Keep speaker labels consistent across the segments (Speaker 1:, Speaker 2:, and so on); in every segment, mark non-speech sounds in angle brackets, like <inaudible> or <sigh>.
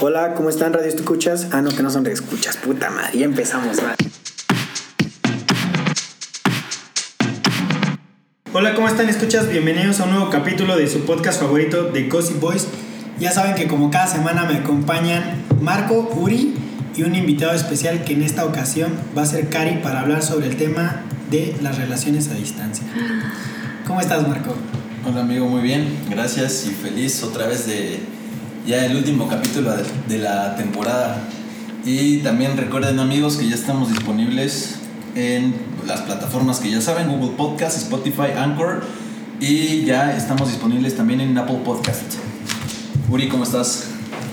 Speaker 1: Hola, ¿cómo están? Radio Escuchas. Ah, no, que no son escuchas, puta madre. Ya empezamos, ¿vale?
Speaker 2: Hola, ¿cómo están? Escuchas, bienvenidos a un nuevo capítulo de su podcast favorito de Cozy Boys. Ya saben que como cada semana me acompañan Marco, Uri y un invitado especial que en esta ocasión va a ser Cari para hablar sobre el tema de las relaciones a distancia. ¿Cómo estás, Marco?
Speaker 3: Hola amigo, muy bien, gracias y feliz otra vez de ya el último capítulo de, de la temporada. Y también recuerden amigos que ya estamos disponibles en las plataformas que ya saben, Google Podcast, Spotify, Anchor y ya estamos disponibles también en Apple Podcast. Uri, ¿cómo estás?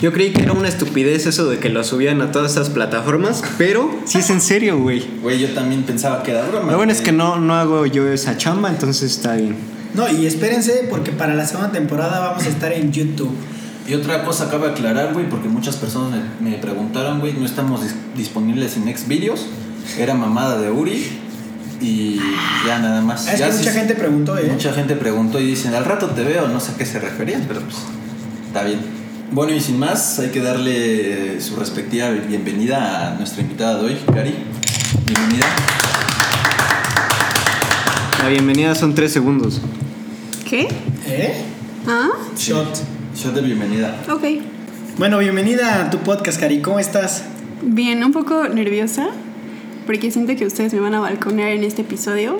Speaker 4: Yo creí que era una estupidez eso de que lo subían a todas esas plataformas, pero sí es en serio, güey.
Speaker 3: Güey, yo también pensaba que era broma. eh,
Speaker 4: Lo bueno es que no, no hago yo esa chamba, entonces está bien.
Speaker 2: No, y espérense porque para la segunda temporada vamos a estar en YouTube.
Speaker 3: Y otra cosa cabe aclarar, güey, porque muchas personas me, me preguntaron, güey, no estamos dis- disponibles en Xvideos. Era mamada de Uri. Y ya nada más.
Speaker 2: Es
Speaker 3: Ya
Speaker 2: que
Speaker 3: sí
Speaker 2: mucha
Speaker 3: se-
Speaker 2: gente preguntó, ¿eh?
Speaker 3: Mucha gente preguntó y dicen, al rato te veo, no sé a qué se referían, pero pues está bien. Bueno, y sin más, hay que darle eh, su respectiva bienvenida a nuestra invitada de hoy, Cari. Bienvenida.
Speaker 4: La bienvenida son tres segundos.
Speaker 5: ¿Qué?
Speaker 2: ¿Eh?
Speaker 5: Ah,
Speaker 2: Shot.
Speaker 3: Yo de bienvenida.
Speaker 5: ok.
Speaker 2: Bueno, bienvenida a tu podcast, Cari. ¿Cómo estás?
Speaker 5: Bien, un poco nerviosa porque siento que ustedes me van a balconear en este episodio.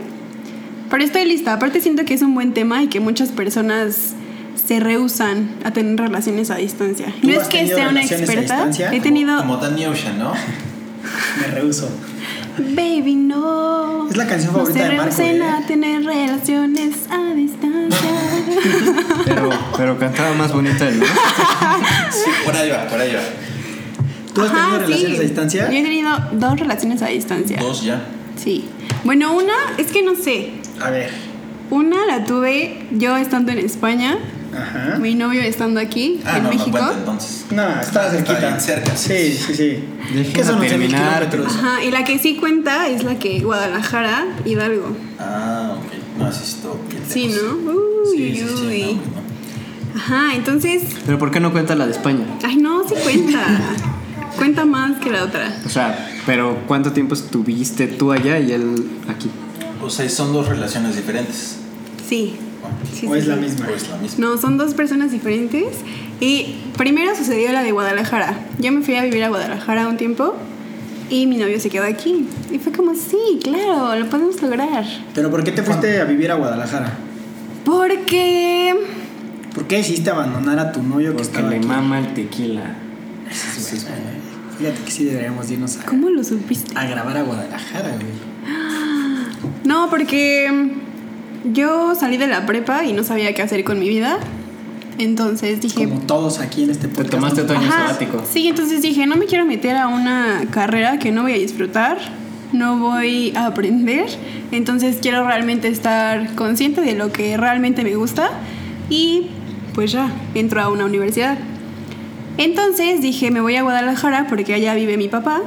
Speaker 5: Pero estoy lista. Aparte siento que es un buen tema y que muchas personas se rehusan a tener relaciones a distancia.
Speaker 2: ¿Tú
Speaker 5: No es
Speaker 2: has
Speaker 5: que
Speaker 2: tenido
Speaker 5: sea una
Speaker 2: relaciones a
Speaker 5: experta.
Speaker 2: distancia?
Speaker 5: He tenido...
Speaker 3: Como Danny Ocean,
Speaker 5: <laughs>
Speaker 3: ¿no?
Speaker 2: Me rehuso.
Speaker 5: Baby, no.
Speaker 2: Es la canción
Speaker 5: No
Speaker 2: favorita
Speaker 5: se
Speaker 2: de Marco,
Speaker 5: rehúsen
Speaker 2: ¿eh?
Speaker 5: a tener relaciones a distancia.
Speaker 4: Pero, pero cantaba más bonita el, ¿no?
Speaker 3: Sí, por ahí va, por ahí va.
Speaker 2: <laughs> ¿Tú has
Speaker 5: Ajá,
Speaker 2: tenido relaciones
Speaker 5: sí.
Speaker 2: a distancia?
Speaker 5: Yo he tenido dos relaciones a distancia.
Speaker 3: Dos ya.
Speaker 5: Sí. Bueno, una es que no sé.
Speaker 2: A ver.
Speaker 5: Una la tuve yo estando en España,
Speaker 2: Ajá.
Speaker 5: mi novio estando aquí
Speaker 3: ¿Eh? Ah,
Speaker 5: en
Speaker 3: no, no
Speaker 5: México.
Speaker 3: cuenta entonces.
Speaker 2: No, estaba cerquita.
Speaker 3: bien cerca.
Speaker 2: Sí, sí, sí.
Speaker 4: Déjenla
Speaker 2: once mil
Speaker 4: terminar.
Speaker 2: kilómetros?
Speaker 5: Ajá, y la que sí cuenta es la que Guadalajara, Hidalgo.
Speaker 3: Ah, ok. No, sí, sí, todo bien.
Speaker 5: Sí,
Speaker 3: lejos.
Speaker 5: ¿no? Uy,
Speaker 3: Sí, sí, sí,
Speaker 5: uy.
Speaker 3: no, no.
Speaker 5: Ajá, entonces,
Speaker 4: Pero ¿por qué no cuenta la de España?
Speaker 5: ay no, sí cuenta. cuenta más que la otra.
Speaker 4: O sea, pero ¿cuánto tiempo estuviste tú allá y él aquí?
Speaker 3: O sea, son dos relaciones diferentes.
Speaker 5: Sí. sí,
Speaker 2: ¿O
Speaker 5: sí,
Speaker 2: es la
Speaker 5: sí.
Speaker 2: misma?
Speaker 3: O es la misma.
Speaker 5: No, son dos personas diferentes. Y primero sucedió la de Guadalajara. Yo me fui a vivir a Guadalajara un tiempo y mi novio se quedó aquí. Y fue como, sí, claro, lo podemos lograr.
Speaker 2: ¿Pero por qué te fuiste a vivir a Guadalajara?
Speaker 5: Porque...
Speaker 2: ¿Por qué decidiste abandonar a tu novio
Speaker 4: Porque
Speaker 2: que estaba
Speaker 4: le
Speaker 2: aquí?
Speaker 4: mama el tequila.
Speaker 2: Fíjate que sí deberíamos irnos a,
Speaker 5: ¿Cómo lo supiste?
Speaker 2: a grabar a Guadalajara, güey.
Speaker 5: No, porque mm, yo salí de la prepa y no sabía qué hacer con mi vida. Entonces dije...
Speaker 2: Como todos aquí en este
Speaker 4: Te
Speaker 2: podcast.
Speaker 4: tomaste
Speaker 2: ¿no?
Speaker 4: tu año
Speaker 5: Ajá,
Speaker 4: sabático.
Speaker 5: Sí, entonces dije, no me quiero meter a una carrera que no voy a disfrutar, no voy a aprender, entonces quiero realmente estar consciente de lo que realmente me gusta y pues ya, entro a una universidad. Entonces dije, me voy a Guadalajara porque allá vive mi papá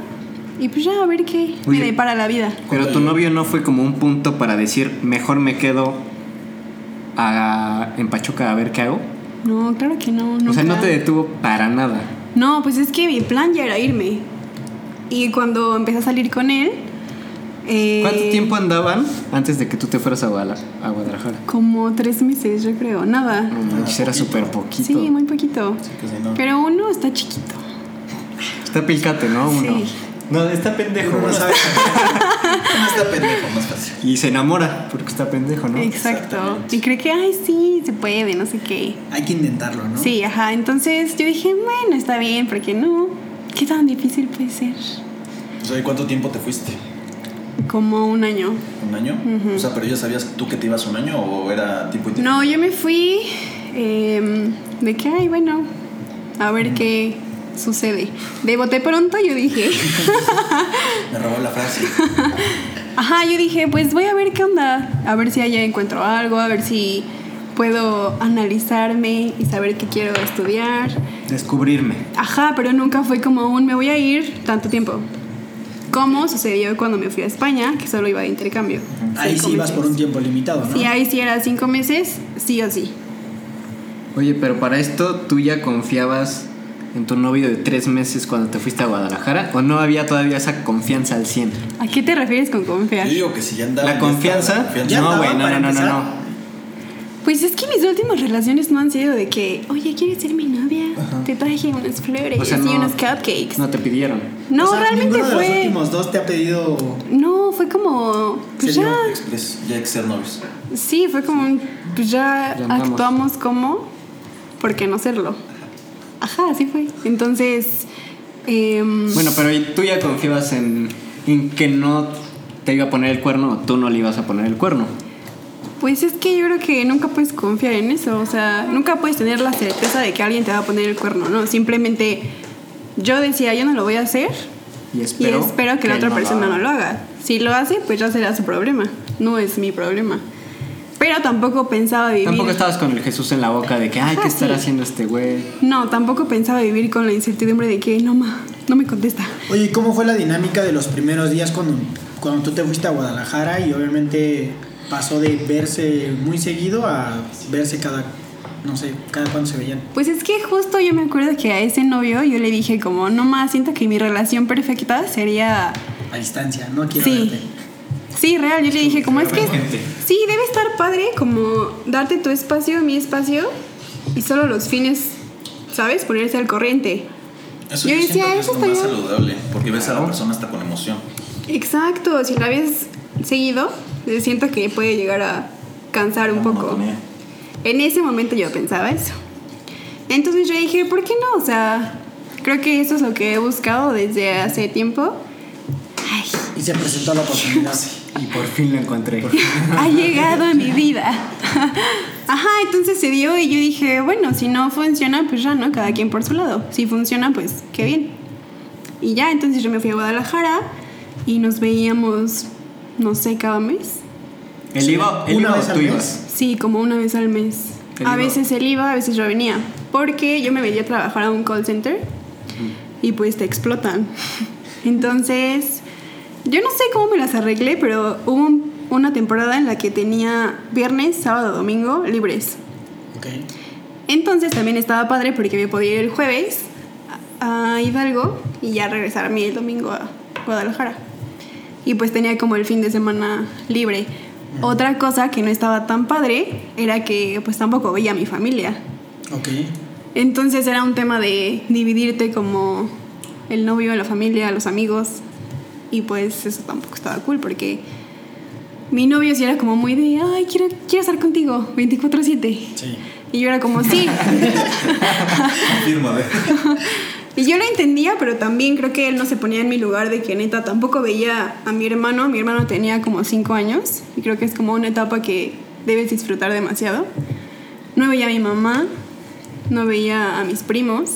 Speaker 5: y pues ya a ver qué
Speaker 4: Oye.
Speaker 5: me depara la vida.
Speaker 4: Pero tu novio no fue como un punto para decir, mejor me quedo a- en Pachuca a ver qué hago.
Speaker 5: No, claro que no.
Speaker 4: O sea, no
Speaker 5: nunca.
Speaker 4: te detuvo para nada.
Speaker 5: No, pues es que mi plan ya era irme. Y cuando empecé a salir con él... eh,
Speaker 4: ¿Cuánto tiempo andaban antes de que tú te fueras a, Guadala- a Guadalajara?
Speaker 5: Como tres meses, yo creo. Nada.
Speaker 4: No manches, era súper poquito. pues
Speaker 5: Sí, muy poquito.
Speaker 3: que sí, no.
Speaker 5: Pero uno está chiquito.
Speaker 4: Está pilcate, ¿no? Uno.
Speaker 5: Sí.
Speaker 4: No, está pendejo.
Speaker 2: Uno
Speaker 4: ¿no?
Speaker 2: sabe-
Speaker 3: No
Speaker 2: este
Speaker 5: Ah.
Speaker 3: está pendejo, más fácil.
Speaker 4: Y se enamora porque está pendejo, ¿no?
Speaker 5: Exacto.
Speaker 3: Exactamente.
Speaker 5: Y cree que, ay, sí, se puede, no sé qué.
Speaker 2: Hay que intentarlo, ¿no?
Speaker 5: Sí, ajá. Entonces yo dije, bueno, está bien, porque no? ¿Qué tan difícil puede ser?
Speaker 3: O sea, ¿y cuánto tiempo te fuiste?
Speaker 5: Como un año.
Speaker 3: ¿Un año? O sea, pero ya sabías tú que te ibas un año o era tipo y tipo?
Speaker 5: No, yo me fui em, de que, ay, bueno, a ver qué sucede. De bote pronto yo
Speaker 2: <laughs>
Speaker 5: dije,
Speaker 3: Me robó la
Speaker 5: <laughs>
Speaker 3: frase.
Speaker 5: Ajá, yo dije, pues voy a ver qué onda, a ver si allá encuentro algo, a ver si puedo analizarme y saber qué quiero estudiar.
Speaker 4: Descubrirme.
Speaker 5: Ajá, pero nunca fue como un me voy a ir tanto tiempo. Como sucedió cuando me fui a España, que solo iba de intercambio.
Speaker 2: Ahí
Speaker 5: Cinco
Speaker 2: sí ibas
Speaker 5: meses.
Speaker 2: por un tiempo limitado, ¿no?
Speaker 5: Sí, ahí sí era cinco meses, sí o sí.
Speaker 4: Oye, pero para esto tú ya confiabas en tu novio de tres meses cuando te fuiste a Guadalajara? ¿O no había todavía esa confianza al 100?
Speaker 5: ¿A qué te refieres con confiar?
Speaker 3: Yo digo que si ya andaba.
Speaker 4: ¿La confianza? No, güey, no,
Speaker 2: para
Speaker 4: no, no, no,
Speaker 2: empezar.
Speaker 4: no.
Speaker 5: Pues es que mis últimas relaciones no han sido de que, oye, ¿quieres ser mi novia? Te traje unas flores
Speaker 4: O sea,
Speaker 5: y
Speaker 4: no-
Speaker 5: unos cupcakes. No,
Speaker 4: No te pidieron.
Speaker 2: O sea,
Speaker 5: realmente
Speaker 2: ninguno de Los
Speaker 5: fue.
Speaker 2: últimos dos te ha pedido.
Speaker 5: No, fue como. Pues
Speaker 2: Se dio
Speaker 5: ya.
Speaker 3: Express, ya hay que ser novios.
Speaker 5: Sí, fue como un. Pues ya
Speaker 4: Ya andamos.
Speaker 5: actuamos como. ¿Por qué no serlo? Ajá, así fue. Entonces. em,
Speaker 4: Bueno, pero ¿y tú ya confiabas en, en que no te iba a poner el cuerno o tú no le ibas a poner el cuerno.
Speaker 5: Pues es que yo creo que nunca puedes confiar en eso, o sea, nunca puedes tener la certeza de que alguien te va a poner el cuerno, ¿no? Simplemente yo decía, yo no lo voy a hacer
Speaker 4: Y
Speaker 5: y
Speaker 4: espero,
Speaker 5: espero, que, la
Speaker 4: él
Speaker 5: otra
Speaker 4: no lo
Speaker 5: persona
Speaker 4: haga.
Speaker 5: no lo haga. Si lo hace, pues ya será su problema, no es mi problema. Pero tampoco pensaba vivir...
Speaker 4: Tampoco estabas con el Jesús en la boca de que, ay,
Speaker 5: Ajá,
Speaker 4: ¿qué estará
Speaker 5: Ah, sí.
Speaker 4: haciendo este güey?
Speaker 5: No, tampoco pensaba vivir con la incertidumbre de que no, ma, no me contesta.
Speaker 2: Oye, ¿y ¿cómo fue la dinámica de los primeros días cuando, cuando tú te fuiste a Guadalajara y obviamente pasó de verse muy seguido a verse cada, no sé, cada cuando se veían?
Speaker 5: Pues es que justo yo me acuerdo que a ese novio yo le dije como, no, ma, siento que mi relación perfecta sería
Speaker 2: A distancia, no quiero
Speaker 5: Sí.
Speaker 2: verte.
Speaker 5: Sí, real, yo le dije, como es que
Speaker 3: Gente.
Speaker 5: sí, debe estar padre como darte tu espacio, mi espacio y solo los fines, ¿sabes? Ponerse al corriente.
Speaker 3: Eso
Speaker 5: Yo decía,
Speaker 3: siento que es
Speaker 5: eso
Speaker 3: lo más
Speaker 5: está bien.
Speaker 3: saludable, porque ves a la persona hasta con emoción.
Speaker 5: Exacto, si lo habías seguido, eh, siento que puede llegar a cansar un
Speaker 3: La
Speaker 5: poco. <laughs>
Speaker 3: monotonía.
Speaker 5: En ese momento yo pensaba eso. Entonces yo dije, ¿por qué no? O sea, creo que eso es lo que he buscado desde hace tiempo. Ay,
Speaker 2: Y se presentó la oportunidad.
Speaker 4: Y por fin lo encontré.
Speaker 3: <laughs>
Speaker 5: ha llegado a mi vida. <laughs> Ajá, entonces se dio y yo dije, bueno, si no funciona, pues ya, ¿no? Cada quien por su lado. Si funciona, pues qué bien. Y ya, entonces yo me fui a Guadalajara y nos veíamos, no sé, cada mes.
Speaker 4: ¿El
Speaker 2: Sí,
Speaker 4: IVA,
Speaker 2: una
Speaker 4: el IVA
Speaker 2: vez
Speaker 4: o
Speaker 2: al
Speaker 4: tú
Speaker 2: mes.
Speaker 4: ibas?
Speaker 5: Sí, como una vez al mes.
Speaker 4: Él
Speaker 5: A
Speaker 4: iba.
Speaker 5: veces él iba, a veces yo venía. Porque yo me venía a trabajar a un call center y pues te explotan. Entonces, yo no sé cómo me las arreglé, pero hubo un- una temporada en la que tenía viernes, sábado, domingo libres.
Speaker 2: Ok.
Speaker 5: Entonces también estaba padre porque me podía ir el jueves a a Hidalgo y ya regresarme el domingo a Guadalajara. Y pues tenía como el fin de semana libre. Otra cosa que no estaba tan padre era que pues tampoco veía a mi familia.
Speaker 2: Ok.
Speaker 5: Entonces era un tema de dividirte como el novio, la familia, los amigos. Y pues eso tampoco estaba cool porque mi novio sí era como muy de, ay, quiero, quiero estar contigo 24/7.
Speaker 2: Sí.
Speaker 5: Y yo era como, sí.
Speaker 3: Confirma, a ver.
Speaker 5: Y yo lo entendía, pero también creo que él no se ponía en mi lugar de que neta tampoco veía a mi hermano. Mi hermano tenía como cinco años y creo que es como una etapa que debes disfrutar demasiado. No veía a mi mamá, no veía a mis primos,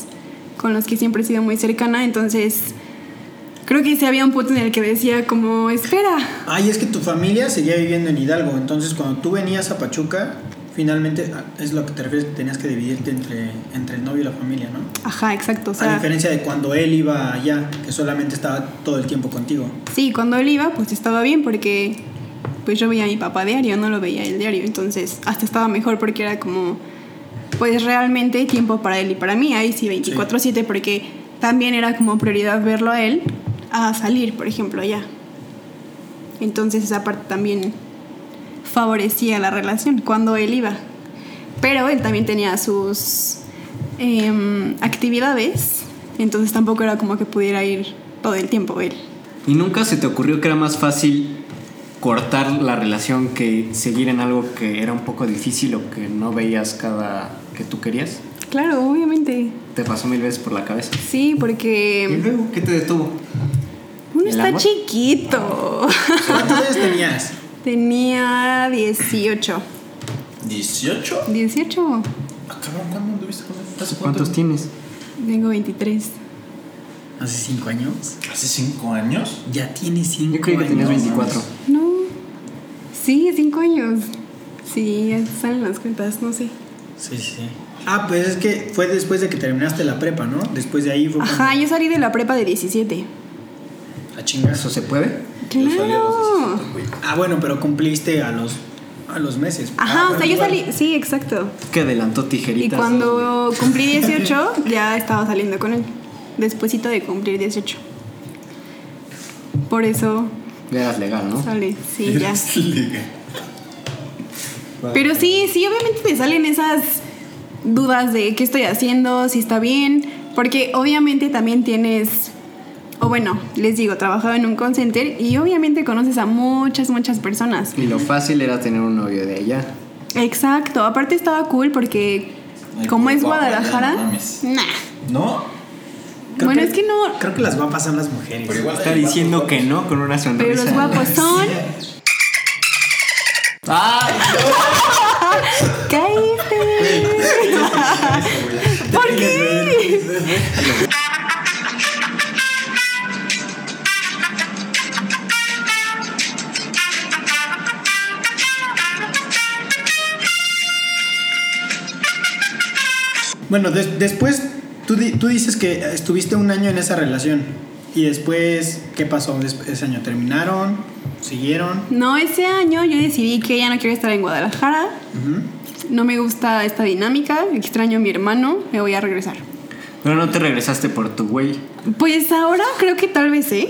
Speaker 5: con los que siempre he sido muy cercana. Entonces, creo que sí había un punto en el que decía como, espera.
Speaker 2: Ah, y es que tu familia seguía viviendo en Hidalgo, entonces cuando tú venías a Pachuca, finalmente ah, es lo que te refieres, que tenías que dividirte entre, entre el novio y la familia, ¿no?
Speaker 5: Ajá, exacto. O
Speaker 2: a
Speaker 5: sea,
Speaker 2: diferencia de cuando él iba allá, que solamente estaba todo el tiempo contigo.
Speaker 5: Sí, cuando él iba, pues estaba bien porque pues yo veía a mi papá diario, no lo veía el diario, entonces hasta estaba mejor porque era como pues realmente tiempo para él y para mí, ahí sí 24/7 porque también era como prioridad verlo a él a salir, por ejemplo, allá. Entonces esa parte también favorecía la relación cuando él iba. Pero él también tenía sus em, actividades, entonces tampoco era como que pudiera ir todo el tiempo él.
Speaker 4: ¿Y nunca se te ocurrió que era más fácil cortar la relación que seguir en algo que era un poco difícil o que no veías cada que tú querías?
Speaker 5: Claro, obviamente.
Speaker 4: Te pasó mil veces por la cabeza.
Speaker 5: Sí,
Speaker 4: ¿Y
Speaker 5: porque
Speaker 4: luego qué te detuvo?
Speaker 5: uno
Speaker 4: ¿El
Speaker 5: está
Speaker 4: amor?
Speaker 5: chiquito. <laughs>
Speaker 2: ¿Cuántos años tenías?
Speaker 5: Tenía 18.
Speaker 3: 18.
Speaker 5: 18.
Speaker 3: Ah, cabrón, ¿cuándo anduviste con él? ¿Hace cuánto?
Speaker 4: ¿Cuántos tienes?
Speaker 5: Tengo 23.
Speaker 2: ¿Hace cinco años?
Speaker 3: ¿Hace 5 años?
Speaker 2: Ya tienes cinco
Speaker 4: Yo creí que tenías
Speaker 2: años.
Speaker 4: 24.
Speaker 5: No. Sí, 5 años. Sí, ya salen las cuentas, no sé.
Speaker 2: Sí, sí, sí. Ah, pues es que fue después de que terminaste la prepa, ¿no? Después de ahí fue cuando...
Speaker 5: Ajá, yo salí de la prepa de 17.
Speaker 2: A chingazo.
Speaker 4: ¿Eso se puede?
Speaker 3: Yo salí a los
Speaker 5: Claro.
Speaker 3: 17, güey.
Speaker 2: Ah, bueno, pero cumpliste a los A los meses.
Speaker 5: Ajá,
Speaker 2: Ah,
Speaker 5: o sea, yo
Speaker 2: igual.
Speaker 5: salí, sí, exacto.
Speaker 4: Que adelantó
Speaker 5: Y
Speaker 4: tijeritas.
Speaker 5: cuando cumplí 18, ya estaba saliendo con él. Despuésito de cumplir 18. Por eso
Speaker 4: Ya eras legal, ¿no?
Speaker 5: sale, sí, ya.
Speaker 3: Es liga.
Speaker 5: Pero sí, sí, obviamente te salen esas dudas de qué estoy haciendo, si está bien, porque obviamente también tienes, o bueno, les digo, trabajaba en un call center y obviamente conoces a muchas, muchas personas.
Speaker 4: Y lo fácil era tener un novio de ella.
Speaker 5: Exacto, aparte estaba cool porque
Speaker 3: Ay,
Speaker 5: como
Speaker 3: qué
Speaker 5: es
Speaker 3: guapa,
Speaker 5: Guadalajara,
Speaker 3: ya no mames.
Speaker 5: nah.
Speaker 3: ¿No?
Speaker 2: Creo
Speaker 5: Bueno, es que no,
Speaker 2: Creo que las guapas son las mujeres.
Speaker 3: Pero igual
Speaker 4: Está diciendo que no con una sonrisa.
Speaker 5: pero los guapos son...
Speaker 4: ¡Ah!
Speaker 5: ¡Cállate! ¿Por qué?
Speaker 2: Bueno, des- después tú, di- tú dices que estuviste un año en esa relación. Y después, ¿qué pasó? Des- ese año terminaron, siguieron.
Speaker 5: No, ese año yo decidí que ya no quiero estar en Guadalajara. No me gusta esta dinámica, extraño a mi hermano, me voy a regresar.
Speaker 4: Pero no te regresaste por tu güey.
Speaker 5: Pues ahora creo que tal vez sí.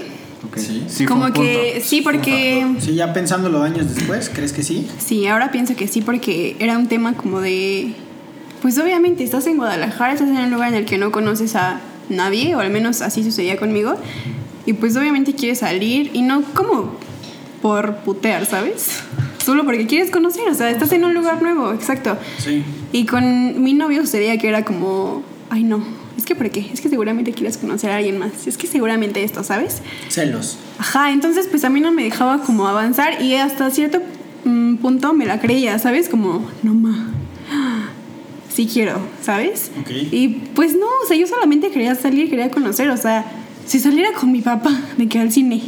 Speaker 4: Ok.
Speaker 3: Sí.
Speaker 4: fue
Speaker 5: Como
Speaker 4: un
Speaker 5: que sí, porque...
Speaker 2: Sí, ya pensándolo años después, ¿crees que sí?
Speaker 5: Sí, ahora pienso que sí, porque era un tema como de... Pues obviamente estás en Guadalajara, estás en un lugar en el que no conoces a nadie, o al menos así sucedía conmigo, y pues obviamente quieres salir y no como por putear, ¿sabes? Solo porque quieres conocer, o sea, estás en un lugar nuevo, exacto.
Speaker 2: Sí.
Speaker 5: Y con mi novio sucedía que era como, ay no, es que ¿por qué? Es que seguramente quieres conocer a alguien más, es que seguramente esto, ¿sabes?
Speaker 2: Celos.
Speaker 5: Ajá, entonces pues a mí no me dejaba como avanzar y hasta cierto mm, punto me la creía, ¿sabes? Como, no ma, sí quiero, ¿sabes?
Speaker 2: Ok.
Speaker 5: Y pues no, o sea, yo solamente quería salir, quería conocer, o sea, si saliera con mi papá, me quedé al cine.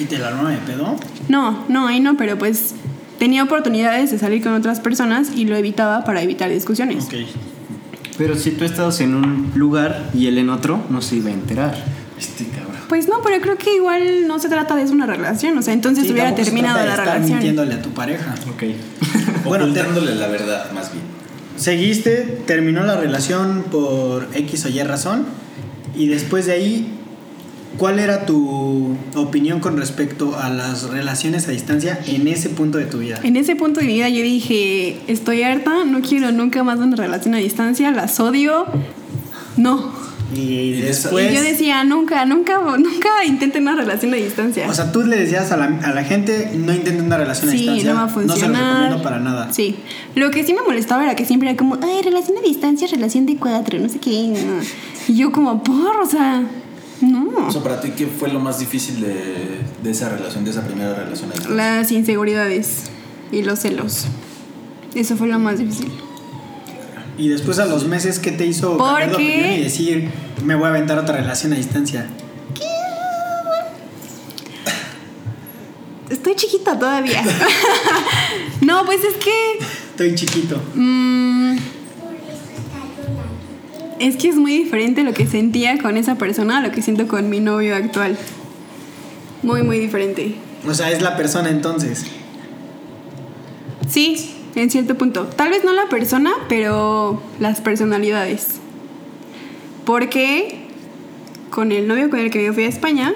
Speaker 2: ¿Y te la armaron de pedo?
Speaker 5: No, no, ahí no, pero pues tenía oportunidades de salir con otras personas y lo evitaba para evitar discusiones.
Speaker 2: Ok.
Speaker 4: Pero si tú estabas en un lugar y él en otro, no se iba a enterar.
Speaker 3: Este cabrón.
Speaker 5: Pues no, pero creo que igual no se trata de eso una relación, o sea, entonces
Speaker 2: Sí,
Speaker 5: hubiera
Speaker 2: tampoco se
Speaker 5: terminado
Speaker 2: trata de
Speaker 5: la
Speaker 2: estar
Speaker 5: relación.
Speaker 2: mintiéndole a
Speaker 5: <laughs>
Speaker 2: tu pareja.
Speaker 4: Ok.
Speaker 2: Bueno, te-
Speaker 3: Ocultándole la verdad, más bien.
Speaker 2: Seguiste, terminó la relación por X o Y razón. Y después de ahí, ¿cuál era tu opinión con respecto a las relaciones a distancia en ese punto de tu vida?
Speaker 5: En ese punto de mi vida yo dije, estoy harta, no quiero nunca más una relación a distancia, las odio, no.
Speaker 2: Y,
Speaker 3: Y
Speaker 2: después.
Speaker 5: y yo decía, nunca, nunca, nunca intenten una relación a distancia.
Speaker 2: o sea, tú le decías a la, a la gente, no intenten una relación a
Speaker 5: sí,
Speaker 2: distancia.
Speaker 5: no va a
Speaker 2: No se
Speaker 5: funcionar.
Speaker 2: lo recomiendo para nada.
Speaker 5: Sí. Lo que sí me molestaba era que siempre era como, ay, relación a distancia, relación de cuatro, no sé qué. no". Y yo como, por, o sea, no.
Speaker 3: O sea, para ti, ¿qué fue lo más difícil de, de esa relación, de esa primera relación? ahí?
Speaker 5: Las inseguridades y los celos. Eso fue lo más difícil.
Speaker 2: Y después a los meses, ¿qué te hizo cambiar de
Speaker 5: Porque-
Speaker 2: opinión y decir, me voy a aventar otra relación a distancia?
Speaker 5: Estoy chiquita todavía. <laughs> no, pues es que
Speaker 2: Estoy chiquito.
Speaker 5: Mm, es que es muy diferente lo que sentía con esa persona a lo que siento con mi novio actual. Muy, muy diferente.
Speaker 2: O sea, es la persona entonces.
Speaker 5: Sí, en cierto punto. Tal vez no la persona, pero las personalidades. Porque con el novio con el que yo fui a España,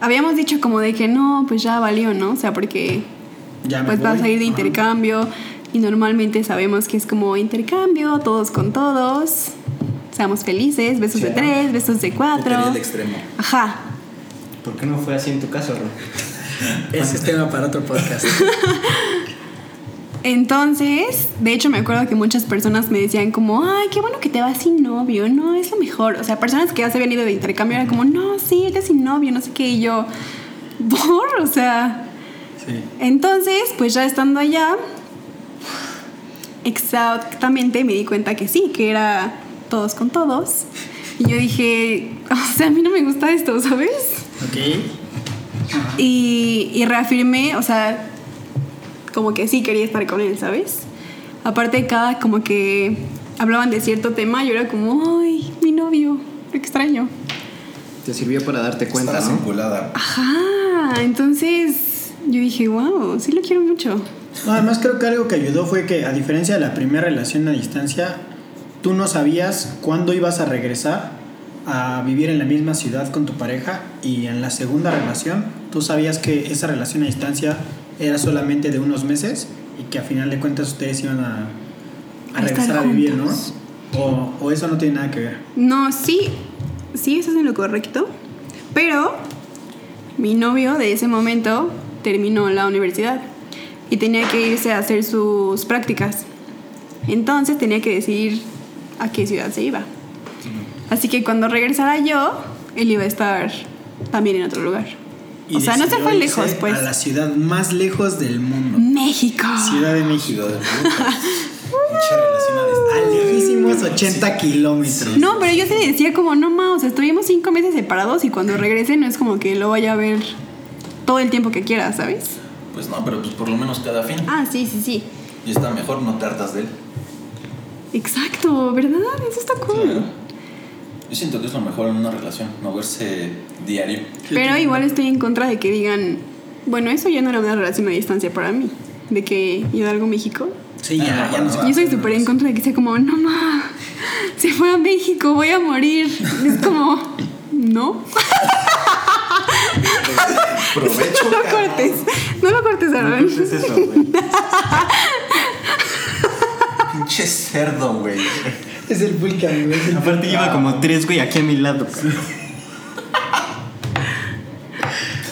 Speaker 5: habíamos dicho como de que no, pues ya valió, ¿no? O sea, porque
Speaker 2: Ya me
Speaker 5: pues
Speaker 2: voy.
Speaker 5: vas a ir de
Speaker 2: Ajá.
Speaker 5: intercambio y normalmente sabemos que es como intercambio, todos con todos, seamos felices, besos de
Speaker 2: Sí.
Speaker 5: tres, besos de cuatro.
Speaker 3: Putería al extremo.
Speaker 5: Ajá.
Speaker 4: ¿Por qué no fue así en tu caso, Ro?
Speaker 1: Ese es tema para otro podcast.
Speaker 5: Entonces, de hecho me acuerdo que muchas personas me decían como, ay, qué bueno que te vas sin novio, no, es lo mejor. O sea, personas que ya se habían ido de intercambio eran como, no, sí, eres sin novio, no sé qué, y yo, por, o sea,
Speaker 2: Sí.
Speaker 5: Entonces, pues ya estando allá, exactamente me di cuenta que sí, que era todos con todos. Y yo dije, o sea, a mí no me gusta esto, ¿sabes?
Speaker 2: Ok.
Speaker 5: Y, y reafirmé, o sea, como que sí quería estar con él, ¿sabes? Aparte, cada como que hablaban de cierto tema, yo era como, ay, mi novio, lo extraño.
Speaker 4: Te sirvió para darte cuenta,
Speaker 3: Estabas
Speaker 4: ¿no?
Speaker 3: vinculada.
Speaker 5: Ajá, entonces yo dije, wow, sí lo quiero mucho.
Speaker 2: No, además creo que algo que ayudó fue que a diferencia de la primera relación a distancia, tú no sabías cuándo ibas a regresar a vivir en la misma ciudad con tu pareja y en la segunda relación tú sabías que esa relación a distancia era solamente de unos meses y que a final de cuentas ustedes iban a, a
Speaker 5: A estar
Speaker 2: regresar a vivir, ¿no?
Speaker 5: juntos.
Speaker 2: O, o eso no tiene nada que ver.
Speaker 5: No, sí, sí, estás en lo correcto. Pero mi novio de ese momento terminó la universidad y tenía que irse a hacer sus prácticas. Entonces tenía que decidir a qué ciudad se iba. Así que cuando regresara yo, él iba a estar también en otro lugar.
Speaker 2: Y
Speaker 5: o sea, no se
Speaker 2: decidió
Speaker 5: fue
Speaker 2: irse
Speaker 5: lejos, pues.
Speaker 2: A la ciudad más lejos del mundo.
Speaker 5: México.
Speaker 2: Ciudad de México.
Speaker 3: Ciudad de Puebla. Mucha relación a
Speaker 2: A
Speaker 3: distancia.
Speaker 2: lejísimos 80 kilómetros.
Speaker 5: No, pero yo te decía como, no mames, estuvimos cinco meses separados y cuando regrese no es como que lo vaya a ver todo el tiempo que quiera, ¿sabes?
Speaker 3: Pues no, pero pues por lo menos cada fin.
Speaker 5: Ah, sí, sí, sí.
Speaker 3: Y está mejor, no te hartas de él.
Speaker 5: Exacto, ¿verdad? Eso está cool.
Speaker 3: Claro. Yo siento que es lo mejor en una relación, no verse diario.
Speaker 5: Pero igual estoy en contra de que digan, bueno, eso ya no era una relación a distancia para mí, de que Hidalgo, México.
Speaker 2: Sí, ya, ya Ah, no se-
Speaker 5: Yo soy súper en contra de que sea como, no ma, se fue a México, voy a morir. Es como, <laughs> no.
Speaker 3: Provecho.
Speaker 5: No lo cortes, no lo cortes, Aaron.
Speaker 4: Entonces eso, güey.
Speaker 3: Pinche cerdo, güey.
Speaker 2: Es el pulque, amigo. es el
Speaker 4: Aparte lleva como tres, güey, aquí a mi lado. cabrón.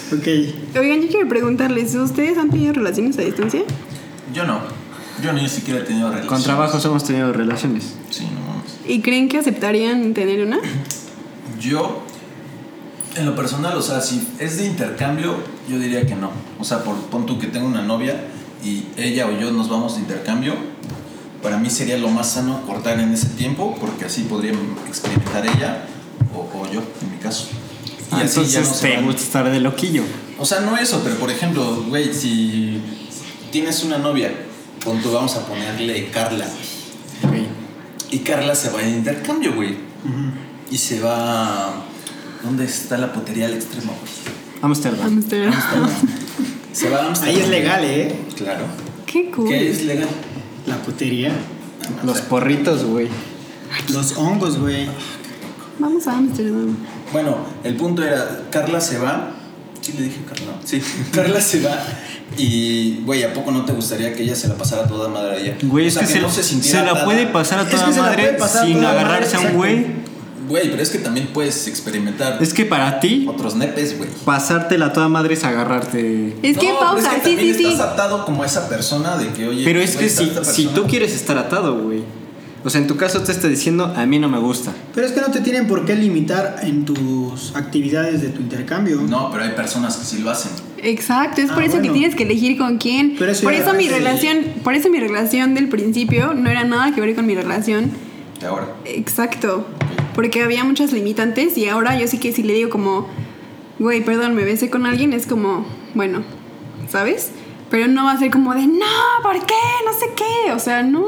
Speaker 2: pulque. Ok.
Speaker 5: Oigan, yo quiero preguntarles, ¿ustedes han tenido relaciones a distancia?
Speaker 3: Yo no. Yo ni siquiera he tenido relación.
Speaker 4: Con trabajos hemos tenido relaciones.
Speaker 3: Sí, no mames.
Speaker 5: ¿Y creen que aceptarían tener una?
Speaker 3: Yo, en lo personal, o sea, si es de intercambio, yo diría que no. O sea, por pon tú que tengo una novia y ella o yo nos vamos de intercambio, para mí sería lo más sano cortar en ese tiempo, porque así podría experimentar ella o, o yo, en mi caso. Y
Speaker 4: Ah,
Speaker 3: así ya
Speaker 4: entonces
Speaker 3: no se
Speaker 4: te
Speaker 3: van.
Speaker 4: gusta estar de loquillo.
Speaker 3: O sea, no eso, pero por ejemplo, güey, si tienes una novia, pon tú, vamos a ponerle Carla.
Speaker 4: güey.
Speaker 3: Y Carla se va de intercambio, güey. Y se va. ¿Dónde está la putería al extremo, güey?
Speaker 4: Amsterdam.
Speaker 5: Amsterdam.
Speaker 3: Se va a Amsterdam.
Speaker 2: Ahí es legal, ¿eh?
Speaker 3: Claro.
Speaker 5: Qué cool.
Speaker 3: ¿Qué es legal?
Speaker 2: La putería.
Speaker 4: Los porritos, güey.
Speaker 2: Los hongos, güey.
Speaker 5: Vamos a Amsterdam.
Speaker 3: Bueno, el punto era: Carla se va. Sí, le dije Carla. Sí. Carla se va. Y, güey, ¿a poco no te gustaría que ella se la pasara toda madre a ella?
Speaker 4: Güey,
Speaker 3: O
Speaker 4: es
Speaker 3: sea,
Speaker 4: que, se,
Speaker 3: no se, sintiera
Speaker 4: se la
Speaker 3: atada.
Speaker 4: puede pasar a
Speaker 2: Es
Speaker 4: toda
Speaker 2: que se la puede
Speaker 4: madre
Speaker 2: pasar a
Speaker 4: sin
Speaker 2: toda madre,
Speaker 4: agarrarse a un
Speaker 2: exacto.
Speaker 4: güey.
Speaker 3: Güey, pero es que también puedes experimentar
Speaker 4: Es que para ti,
Speaker 3: otros nepes, güey.
Speaker 4: pasártela a toda madre es agarrarte.
Speaker 5: Es que
Speaker 3: No, pero
Speaker 5: pausa,
Speaker 3: es que
Speaker 5: sí, sí,
Speaker 3: también
Speaker 5: sí.
Speaker 3: Estás atado como a esa persona de que, oye,
Speaker 4: Pero es
Speaker 3: güey,
Speaker 4: que
Speaker 3: está
Speaker 4: si,
Speaker 3: esta
Speaker 4: si
Speaker 3: persona.
Speaker 4: tú quieres estar atado, güey. O sea, en tu caso te está diciendo, a mí no me gusta.
Speaker 2: Pero es que no te tienen por qué limitar en tus actividades de tu intercambio.
Speaker 3: No, pero hay personas que sí lo hacen.
Speaker 5: Exacto, es
Speaker 2: Ah,
Speaker 5: por eso
Speaker 2: bueno.
Speaker 5: que tienes que elegir con quién.
Speaker 2: Pero eso
Speaker 5: por
Speaker 2: ya
Speaker 5: eso mi
Speaker 2: es de-
Speaker 5: relación, por eso mi relación del principio no era nada que ver con mi relación.
Speaker 3: De ahora.
Speaker 5: Exacto. Porque había muchas limitantes y ahora yo sí que si le digo como, güey, perdón, me besé con alguien, es como, bueno, ¿sabes? Pero no va a ser como de, no, ¿por qué? No sé qué. O sea, no.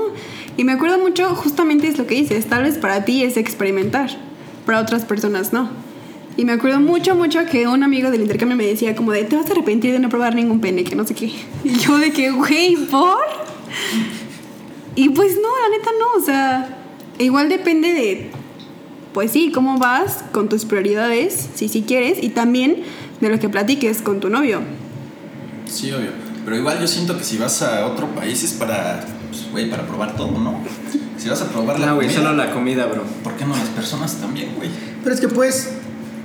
Speaker 5: Y me acuerdo mucho, justamente es lo que dices, tal vez para ti es experimentar, para otras personas no. Y me acuerdo mucho, mucho que un amigo del intercambio me decía como de, te vas a arrepentir de no probar ningún pene, que no sé qué. Y yo de que, güey, ¿por? Y pues no, la neta no, o sea, igual depende de, pues sí, cómo vas con tus prioridades, si sí quieres, y también de lo que platiques con tu novio. <laughs>
Speaker 3: Sí, obvio. Pero igual yo siento que si vas a otro país es para, pues, güey, para probar todo, ¿no? Si vas a probar la comida,
Speaker 4: la comida, bro.
Speaker 3: ¿por qué no las personas también, güey?
Speaker 2: Pero es que puedes,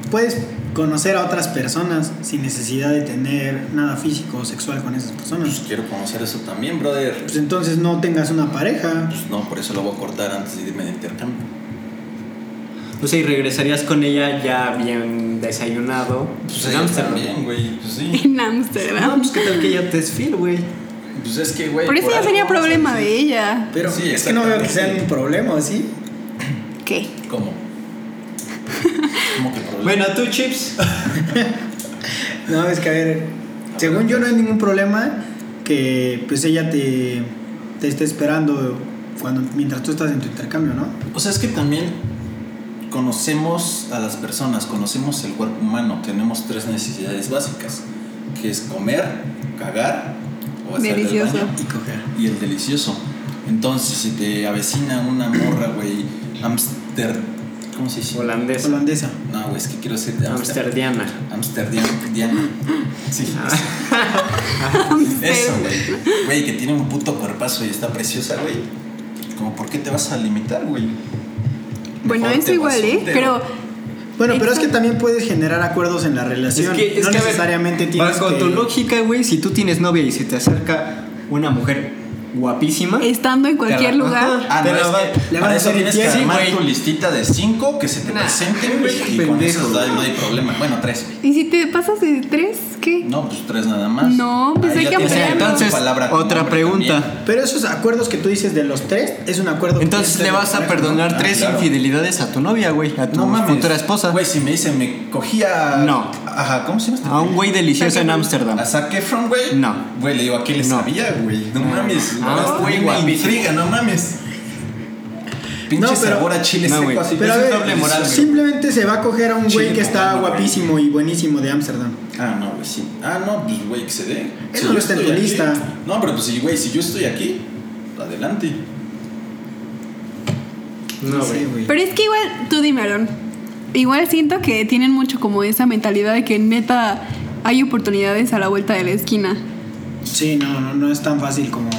Speaker 2: puedes conocer a otras personas sin necesidad de tener nada físico o sexual con esas
Speaker 3: Pues
Speaker 2: personas.
Speaker 3: quiero conocer eso también, brother.
Speaker 2: Pues entonces no tengas una pareja.
Speaker 3: Pues no, por eso lo voy a cortar antes de irme de intercambio.
Speaker 4: O sea, y regresarías con ella ya bien desayunado.
Speaker 3: Pues
Speaker 4: en
Speaker 3: ellos
Speaker 4: Ámsterdam.
Speaker 3: también, güey. Pues sí.
Speaker 5: En
Speaker 4: No,
Speaker 5: Ámsterdam.
Speaker 4: pues qué tal que ya te es fiel, güey.
Speaker 3: Pues es que, güey.
Speaker 5: Pero eso
Speaker 3: por
Speaker 5: ya
Speaker 3: algo
Speaker 5: sería
Speaker 3: vamos a
Speaker 5: problema
Speaker 3: decir-
Speaker 5: de ella.
Speaker 2: Pero
Speaker 3: Sí,
Speaker 2: es que no veo que sea
Speaker 3: exactamente.
Speaker 2: un problema, ¿o ¿sí?
Speaker 5: ¿Qué? <laughs>
Speaker 3: ¿Cómo? ¿Cómo que problema?
Speaker 4: Bueno, tú, Chips.
Speaker 2: No, es que a ver, según yo no hay ningún problema que pues ella te, te esté esperando cuando, mientras tú estás en tu intercambio, ¿no?
Speaker 3: O sea, es que también conocemos a las personas, conocemos el cuerpo humano, tenemos tres necesidades básicas, que es comer, cagar o hacer del
Speaker 5: Delicioso.
Speaker 3: baño.
Speaker 2: Y coger.
Speaker 3: y el delicioso. Entonces, si te avecina una morra, güey, Amster... ¿Cómo se dice?
Speaker 4: Holandesa.
Speaker 2: Holandesa.
Speaker 3: No, güey, es que quiero ser de Amsterdam.
Speaker 4: Amsterdiana.
Speaker 3: Amsterdam, Diana. Sí,
Speaker 5: Ah.
Speaker 3: este. eso, güey. Güey, que tiene un puto cuerpazo y está preciosa, güey. Como, ¿por qué te vas a limitar, güey?
Speaker 5: Bueno,
Speaker 3: Mejor
Speaker 5: eso
Speaker 3: te
Speaker 5: igual,
Speaker 3: vas
Speaker 5: ¿eh?
Speaker 3: soltero.
Speaker 5: Pero
Speaker 2: Bueno, pero es que
Speaker 5: Exacto.
Speaker 2: también puedes generar acuerdos en la relación. no
Speaker 4: a ver,
Speaker 2: necesariamente tienes
Speaker 4: Bajo
Speaker 2: que...
Speaker 4: tu lógica, güey, si tú tienes novia y se te acerca una mujer guapísima.
Speaker 5: estando en cualquier
Speaker 4: Ajá.
Speaker 5: lugar.
Speaker 3: Ah, no,
Speaker 2: Te la
Speaker 3: es
Speaker 2: va-
Speaker 3: que
Speaker 2: le
Speaker 3: para
Speaker 2: vas a
Speaker 3: eso
Speaker 2: hacer
Speaker 3: tienes que
Speaker 2: infiel, sí,
Speaker 3: armar
Speaker 4: güey.
Speaker 3: tu listita de cinco que se te
Speaker 4: Nah,
Speaker 3: presenten, güey.
Speaker 4: qué
Speaker 3: Y con
Speaker 4: pendejo,
Speaker 3: eso no hay problema. Bueno, tres.
Speaker 5: ¿Y si te pasas de tres? ¿Qué?
Speaker 3: No, pues tres nada más.
Speaker 5: No, pues
Speaker 3: Ahí
Speaker 5: hay
Speaker 3: ya
Speaker 5: que
Speaker 3: tienes
Speaker 5: ampliarlo.
Speaker 3: dar tu
Speaker 5: Entonces,
Speaker 3: palabra como
Speaker 4: otra
Speaker 3: hombre
Speaker 4: pregunta.
Speaker 3: también.
Speaker 2: Pero esos acuerdos que tú dices de los tres es un acuerdo. que
Speaker 4: Entonces
Speaker 2: tienes
Speaker 4: le
Speaker 2: que
Speaker 4: vas a
Speaker 2: tener, ¿no?
Speaker 4: perdonar
Speaker 3: Ah,
Speaker 4: tres
Speaker 3: claro.
Speaker 4: infidelidades a tu novia, güey, a tu
Speaker 3: No mames.
Speaker 4: futura esposa.
Speaker 3: Güey, si me dicen, me cogía.
Speaker 4: No.
Speaker 3: Ajá, ¿cómo se llama este esta
Speaker 4: A un güey delicioso en Ámsterdam.
Speaker 3: ¿A Zac Efron, güey?
Speaker 4: No.
Speaker 3: Güey, le digo, ¿a qué le
Speaker 4: No.
Speaker 3: sabía, güey? No mames.
Speaker 4: Ah,
Speaker 3: hasta
Speaker 4: güey,
Speaker 3: me
Speaker 4: guapísimo.
Speaker 3: intriga, no mames. Pinche
Speaker 2: No, pero-
Speaker 3: sabor a chile
Speaker 4: No, güey.
Speaker 3: seco así.
Speaker 2: Pero a
Speaker 3: es
Speaker 2: ver,
Speaker 3: doble moral, güey.
Speaker 2: simplemente se va a coger a un güey
Speaker 3: Chile
Speaker 2: que está
Speaker 3: mojado, güey.
Speaker 2: guapísimo y buenísimo de Ámsterdam.
Speaker 3: Ah, no, güey, sí. Ah, no, pues, güey, que se dé.
Speaker 2: Eso no está en
Speaker 3: estoy
Speaker 2: tu
Speaker 3: aquí-
Speaker 2: lista.
Speaker 3: No, pero pues, sí, güey, si yo estoy aquí, adelante.
Speaker 4: No,
Speaker 2: Sí,
Speaker 4: güey.
Speaker 5: Pero es que igual, tú dime, Aaron. Igual siento que tienen mucho como esa mentalidad de que neta hay oportunidades a la vuelta de la
Speaker 3: <laughs>
Speaker 5: esquina.
Speaker 2: Sí, no, no, no es tan fácil como.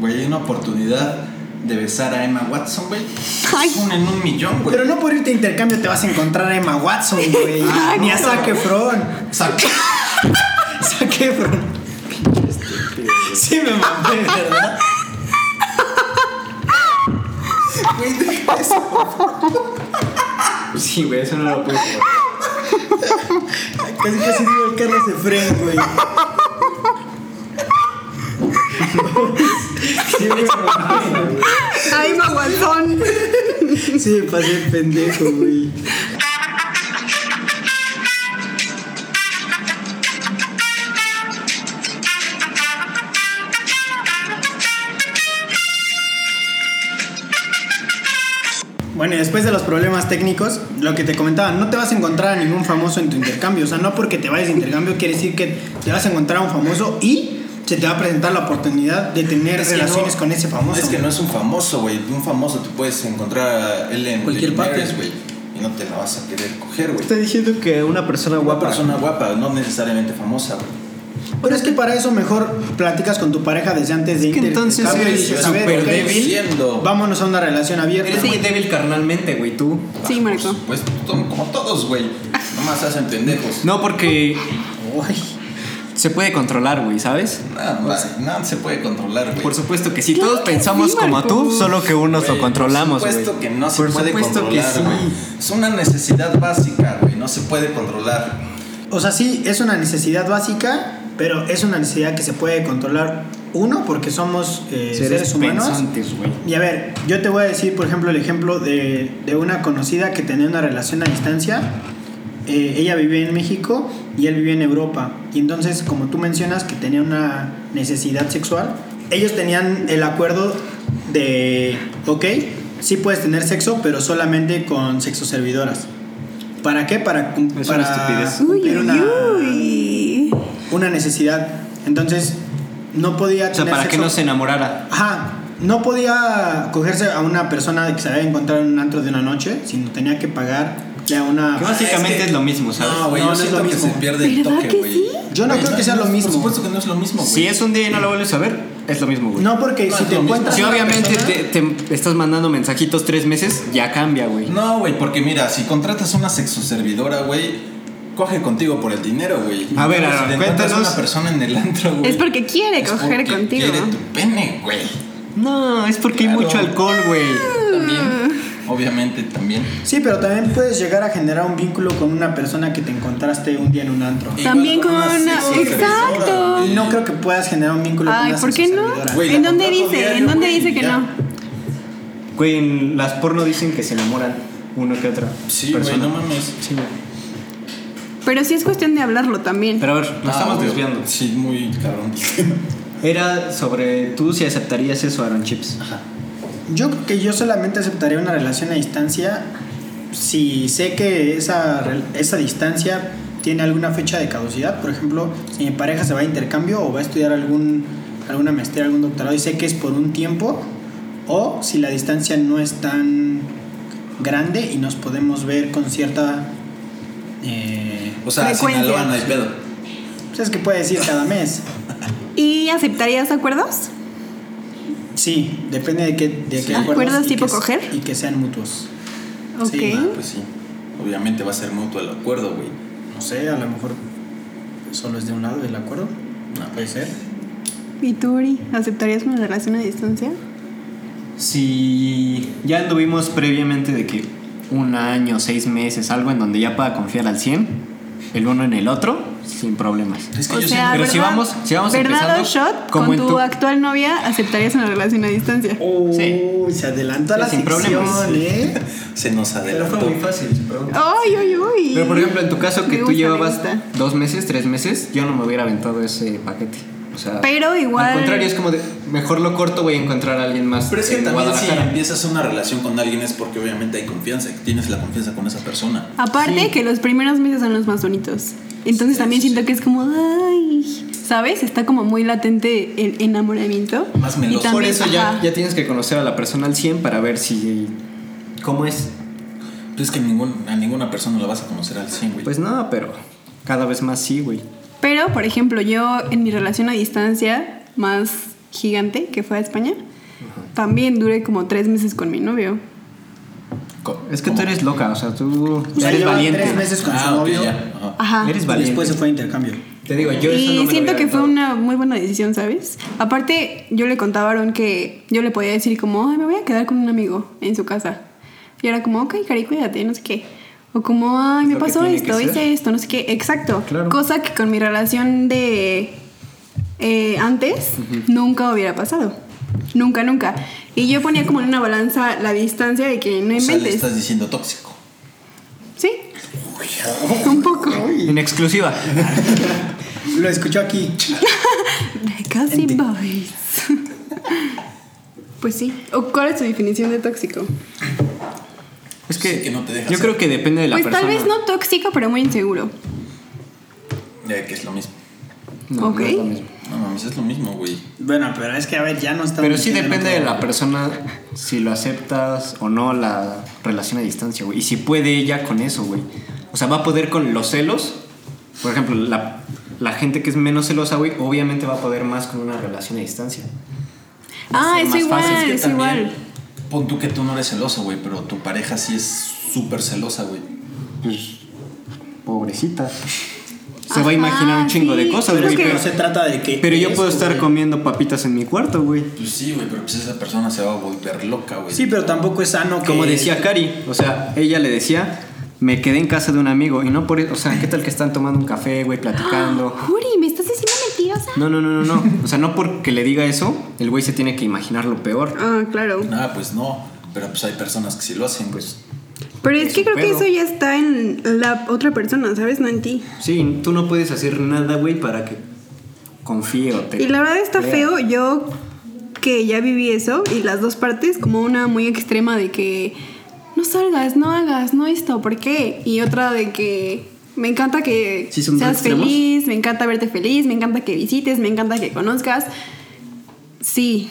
Speaker 3: Güey, hay una oportunidad de besar a Emma Watson, güey.
Speaker 5: Ay.
Speaker 3: Es un en un millón, güey.
Speaker 2: Pero no por irte a intercambio te vas a encontrar a Emma Watson, güey.
Speaker 5: Exacto.
Speaker 2: Ni a Zac Efron.
Speaker 3: Sac-
Speaker 2: Zac Efron. Sí, me mamé, ¿verdad?
Speaker 3: Güey, deja eso.
Speaker 4: Sí, güey, eso no lo puedo.
Speaker 2: Casi casi digo el Carlos Efren, güey. Sí, me mamé, güey.
Speaker 5: ¡Ay, maguazón!
Speaker 2: Sí, me pasé el pendejo, güey. Bueno, y después de los problemas técnicos, lo que te comentaba, no te vas a encontrar a ningún famoso en tu intercambio. O sea, no porque te vayas de intercambio quiere decir que te vas a encontrar a un famoso y se te va a presentar la oportunidad de tener
Speaker 3: Es que
Speaker 2: relaciones
Speaker 3: no-
Speaker 2: con ese famoso.
Speaker 3: Es que
Speaker 2: güey.
Speaker 3: no es un famoso, güey. Un famoso te puedes encontrar él en
Speaker 2: Cualquier parte.
Speaker 3: Millionaires, güey. Y no te la vas a querer coger, güey.
Speaker 4: Está diciendo que una persona
Speaker 3: Una
Speaker 4: guapa.
Speaker 3: persona guapa, no necesariamente famosa, güey.
Speaker 2: Pero es que para eso mejor platicas con tu pareja desde antes de
Speaker 4: Es que
Speaker 2: irte de
Speaker 4: entonces
Speaker 2: intercambio y
Speaker 4: eres
Speaker 2: dices, a ver,
Speaker 4: súper
Speaker 2: ok,
Speaker 4: débil.
Speaker 3: Siendo-
Speaker 2: Vámonos a una relación abierta.
Speaker 4: Eres muy débil carnalmente, güey, tú.
Speaker 5: Sí, Marco.
Speaker 3: Pues son como todos, güey. Nomás se hacen pendejos.
Speaker 4: No, porque
Speaker 2: Ay,
Speaker 4: se puede controlar, güey, ¿sabes?
Speaker 3: Nada, más, nada se puede controlar, güey.
Speaker 4: Por supuesto que sí,
Speaker 5: Claro
Speaker 4: todos
Speaker 5: que
Speaker 4: pensamos
Speaker 5: sí,
Speaker 4: como
Speaker 5: Marco.
Speaker 4: tú, solo que unos
Speaker 3: Güey,
Speaker 4: lo controlamos,
Speaker 3: Por
Speaker 4: güey.
Speaker 3: supuesto que no se
Speaker 4: Por
Speaker 3: puede
Speaker 4: supuesto que
Speaker 3: controlar,
Speaker 4: sí.
Speaker 3: güey. Es una necesidad básica, güey. No se puede controlar.
Speaker 2: O sea, sí, es una necesidad básica, pero es una necesidad que se puede controlar. Uno, porque somos eh, seres,
Speaker 4: Seres
Speaker 2: humanos.
Speaker 4: pensantes, güey.
Speaker 2: Y a ver, yo te voy a decir, por ejemplo, el ejemplo de, de una conocida que tenía una relación a distancia. Eh, ella vivía en México y él vivía en Europa. Y entonces, como tú mencionas, que tenía una necesidad sexual, ellos tenían el acuerdo de, ok, sí puedes tener sexo, pero solamente con sexo servidoras. ¿Para qué? Para, cum-
Speaker 4: Es
Speaker 2: para
Speaker 4: una estupidez.
Speaker 5: Uy,
Speaker 2: cumplir una,
Speaker 5: uy, uy.
Speaker 2: una necesidad. Entonces, no podía
Speaker 4: O sea,
Speaker 2: tener
Speaker 4: para que
Speaker 2: sexo-
Speaker 4: no se enamorara.
Speaker 2: Ajá. No podía cogerse a una persona que se había encontrado en un antro de una noche, sino tenía que pagarle a una.
Speaker 4: Que básicamente
Speaker 3: Ah, Es
Speaker 4: es,
Speaker 3: que-
Speaker 4: lo mismo, ¿sabes?
Speaker 3: No, güey, yo
Speaker 2: No, no es
Speaker 3: siento
Speaker 2: lo
Speaker 3: que se
Speaker 2: mismo.
Speaker 3: pierde el
Speaker 5: ¿Verdad
Speaker 3: toque,
Speaker 5: que
Speaker 3: güey.
Speaker 5: sí?
Speaker 2: Yo no
Speaker 3: Güey,
Speaker 2: creo que sea lo mismo.
Speaker 3: Por supuesto que no es lo mismo, güey.
Speaker 4: si es un día y no lo vuelves a ver, es lo mismo, güey.
Speaker 2: No, porque
Speaker 3: No,
Speaker 2: si
Speaker 3: es
Speaker 2: te
Speaker 3: lo mismo.
Speaker 2: encuentras.
Speaker 4: Si
Speaker 2: a una
Speaker 4: obviamente
Speaker 2: persona-
Speaker 4: te, te estás mandando mensajitos tres meses, ya cambia, güey.
Speaker 3: No, güey, porque mira, si contratas una sexoservidora, güey, coge contigo por el dinero, güey.
Speaker 4: A ver, Aaron,
Speaker 3: si te encuentras
Speaker 4: cuéntanos.
Speaker 3: una persona en el antro, güey.
Speaker 5: Es porque quiere
Speaker 3: es
Speaker 5: coger
Speaker 3: porque
Speaker 5: contigo.
Speaker 3: Quiere tu pene, güey.
Speaker 4: No, es porque
Speaker 3: Claro.
Speaker 4: hay mucho alcohol, güey.
Speaker 3: También, obviamente, también.
Speaker 2: Sí, pero también puedes llegar a generar un vínculo con una persona que te encontraste un día en un antro.
Speaker 3: Igual
Speaker 5: También con una-
Speaker 3: sexoservidora,
Speaker 5: exacto.
Speaker 4: Eh,
Speaker 3: güey.
Speaker 2: Y no creo que puedas generar un vínculo con
Speaker 5: Ay,
Speaker 2: una
Speaker 5: ¿por qué no?
Speaker 2: sexoservidora.
Speaker 3: Güey, la
Speaker 5: ¿En dónde
Speaker 3: contrato
Speaker 5: dice?
Speaker 3: diario,
Speaker 5: ¿En dónde
Speaker 3: güey, y
Speaker 5: dice que
Speaker 3: ya.
Speaker 5: no?
Speaker 4: Güey, en las porno dicen que se enamoran uno que otra.
Speaker 3: Sí, güey,
Speaker 4: persona.
Speaker 3: no mames.
Speaker 4: Sí, güey.
Speaker 5: Pero sí es cuestión de hablarlo también.
Speaker 4: Pero a ver, nos
Speaker 3: Ah,
Speaker 4: estamos
Speaker 3: güey,
Speaker 4: desviando.
Speaker 3: Sí, muy cabrón.
Speaker 4: Era sobre tú si aceptarías eso, Aaron Chips.
Speaker 2: Yo creo que yo solamente aceptaría una relación a distancia si sé que esa, rel- esa distancia tiene alguna fecha de caducidad. Por ejemplo, si mi pareja se va a intercambio o va a estudiar algún, alguna maestría, algún doctorado y sé que es por un tiempo, o si la distancia no es tan grande y nos podemos ver con cierta... eh,
Speaker 3: O sea,
Speaker 5: Frecuencia.
Speaker 3: Sinaloa no hay pedo.
Speaker 2: pues es que puede decir cada mes.
Speaker 5: ¿Y aceptarías acuerdos?
Speaker 2: Sí, depende de qué, de qué
Speaker 3: Sí.
Speaker 5: ¿Acuerdos
Speaker 2: y
Speaker 5: tipo
Speaker 2: que-
Speaker 5: coger?
Speaker 2: Y que sean mutuos.
Speaker 5: Ok.
Speaker 2: Sí,
Speaker 3: Ah, pues sí. Obviamente va a ser mutuo el acuerdo, güey.
Speaker 2: No sé, a lo mejor solo es de un lado el acuerdo.
Speaker 3: No.
Speaker 2: Puede ser.
Speaker 5: ¿Y tú, Uri? ¿Aceptarías una relación a distancia?
Speaker 4: Si ya anduvimos previamente de que un año, seis meses, algo en donde ya pueda confiar al 100, el uno en el otro, sin problemas.
Speaker 3: Es que
Speaker 5: O
Speaker 3: yo
Speaker 5: sea,
Speaker 4: pero si
Speaker 5: ¿verdad-
Speaker 4: vamos- si vamos
Speaker 5: Bernardo
Speaker 4: empezando,
Speaker 5: Shot,
Speaker 4: como
Speaker 5: con
Speaker 4: en
Speaker 5: tu,
Speaker 4: tu-
Speaker 5: actual novia, ¿aceptarías una relación a distancia?
Speaker 2: Uy,
Speaker 4: Sí.
Speaker 2: se adelantó a
Speaker 4: Sí,
Speaker 2: la
Speaker 4: sin
Speaker 2: sección,
Speaker 4: problemas.
Speaker 2: ¿eh?
Speaker 3: siempre se nos
Speaker 6: Pero fue
Speaker 3: adelantó.
Speaker 6: muy fácil, pero
Speaker 5: ¡Ay, ay, ay!
Speaker 4: Pero por ejemplo, en tu caso
Speaker 5: Me
Speaker 4: que tú
Speaker 5: gusta, me
Speaker 4: llevabas
Speaker 5: gusta.
Speaker 4: dos meses, tres meses, yo no me hubiera aventado ese paquete. O sea,
Speaker 5: Pero igual-
Speaker 4: Al contrario, es como de, mejor lo corto, voy a encontrar a alguien más.
Speaker 3: Pero es que
Speaker 4: en
Speaker 3: también si
Speaker 4: Guadalajara.
Speaker 3: empiezas una relación con alguien es porque obviamente hay confianza, que tienes la confianza con esa persona.
Speaker 5: Aparte
Speaker 4: Sí.
Speaker 5: que los primeros meses son los más bonitos. Entonces también siento que es como, ay, ¿sabes? Está como muy latente el enamoramiento.
Speaker 3: Más meloso.
Speaker 5: Y
Speaker 4: Por
Speaker 5: también,
Speaker 4: eso ya,
Speaker 5: ajá.
Speaker 4: ya tienes que conocer a la persona al 100 para ver si... ¿Cómo es?
Speaker 3: Pues es que ningún- a ninguna persona la vas a conocer al 100, güey.
Speaker 4: Pues no, pero cada vez más sí, güey.
Speaker 5: Pero, por ejemplo, yo en mi relación a distancia más gigante, que fue a España, también duré como tres meses con mi novio.
Speaker 3: Co-
Speaker 4: Es que
Speaker 3: ¿cómo?
Speaker 4: tú eres loca, o sea, tú
Speaker 5: Pues
Speaker 2: O sea,
Speaker 4: eres
Speaker 2: llevaba
Speaker 4: valiente.
Speaker 2: tres meses con su
Speaker 3: Ah, ok,
Speaker 2: novio.
Speaker 3: ya. ajá.
Speaker 5: Ajá.
Speaker 4: Eres
Speaker 2: Y
Speaker 4: valiente.
Speaker 2: después se fue a intercambio.
Speaker 4: Te digo, yo eso
Speaker 5: y
Speaker 4: no me lo
Speaker 5: siento
Speaker 4: hubiera
Speaker 5: que fue
Speaker 4: aventado.
Speaker 5: una muy buena decisión, ¿sabes? Aparte, yo le contaba a Aaron que yo le podía decir como, ay, me voy a quedar con un amigo en su casa. Y era como, ok, cari, cuídate, no sé qué. O como, ay,
Speaker 4: Es
Speaker 5: me
Speaker 4: lo que
Speaker 5: pasó
Speaker 4: tiene que
Speaker 5: esto,
Speaker 4: ser.
Speaker 5: hice esto, no sé qué. Exacto.
Speaker 4: Claro.
Speaker 5: Cosa que con mi relación de eh, antes nunca hubiera pasado. Nunca, nunca. Y yo ponía como en una balanza la distancia de que no
Speaker 3: O sea, le
Speaker 5: inventes.
Speaker 3: estás diciendo tóxico.
Speaker 5: sí. Un poco.
Speaker 4: En exclusiva.
Speaker 2: Lo
Speaker 4: <laughs>
Speaker 2: escuchó aquí.
Speaker 5: De <laughs> Casi Boys. <laughs> pues sí. ¿O ¿Cuál es tu definición de tóxico?
Speaker 4: Es que,
Speaker 3: Sí, que no te deja
Speaker 4: yo
Speaker 3: ser.
Speaker 4: creo que depende de la
Speaker 5: pues
Speaker 4: persona.
Speaker 5: tal vez no tóxico, pero muy inseguro.
Speaker 3: Ya eh, que es lo mismo.
Speaker 4: No, no es lo
Speaker 5: Ok.
Speaker 4: mismo.
Speaker 3: No mames, es lo mismo, güey.
Speaker 2: Bueno, pero es que a ver, ya no está.
Speaker 4: Pero sí depende de la persona si lo aceptas o no la relación a distancia, güey. Y si puede ella con eso, güey. O sea, va a poder con los celos. Por ejemplo, la, la gente que es menos celosa, güey, obviamente va a poder más con una relación a distancia.
Speaker 5: Ah,
Speaker 4: ser
Speaker 5: es
Speaker 4: más
Speaker 5: igual,
Speaker 4: fácil
Speaker 5: es igual.
Speaker 3: Pon tú que tú no eres celoso, güey, pero tu pareja sí es súper celosa, güey.
Speaker 4: Pues, pobrecita. Se va
Speaker 5: Ajá,
Speaker 4: a imaginar un chingo
Speaker 5: sí.
Speaker 4: de cosas,
Speaker 2: Pero
Speaker 4: güey.
Speaker 2: es que
Speaker 4: Pero,
Speaker 2: no se trata de que.
Speaker 4: pero yo
Speaker 2: es,
Speaker 4: puedo estar
Speaker 2: güey.
Speaker 4: comiendo papitas en mi cuarto, güey.
Speaker 3: Pues sí, güey, pero pues esa persona se va a volver loca, güey.
Speaker 2: Sí, pero tampoco es sano que.
Speaker 4: Como decía Cari, o sea, ella le decía, me quedé en casa de un amigo y no por eso, o sea, ¿qué tal que están tomando un café, güey, platicando?
Speaker 5: <gasps> Juri, ¿me estás diciendo mentirosa?
Speaker 4: No, no, no, no, no. O sea, no porque le diga eso, el güey se tiene que imaginar lo peor.
Speaker 5: Ah, claro.
Speaker 3: Nada, pues no. Pero pues hay personas que sí lo hacen, pues.
Speaker 5: Pero es que creo que
Speaker 4: pedo.
Speaker 5: eso ya está en la otra persona, ¿sabes? No en ti.
Speaker 4: Sí, tú no puedes hacer nada, güey, para que confíe o te...
Speaker 5: Y la verdad está
Speaker 4: Vea.
Speaker 5: feo. Yo que ya viví eso y las dos partes, como una muy extrema de que no salgas, no hagas, no esto, ¿por qué? Y otra de que me encanta que
Speaker 4: ¿Sí son muy
Speaker 5: seas
Speaker 4: extremos?
Speaker 5: feliz, me encanta verte feliz, me encanta que visites, me encanta que conozcas. Sí,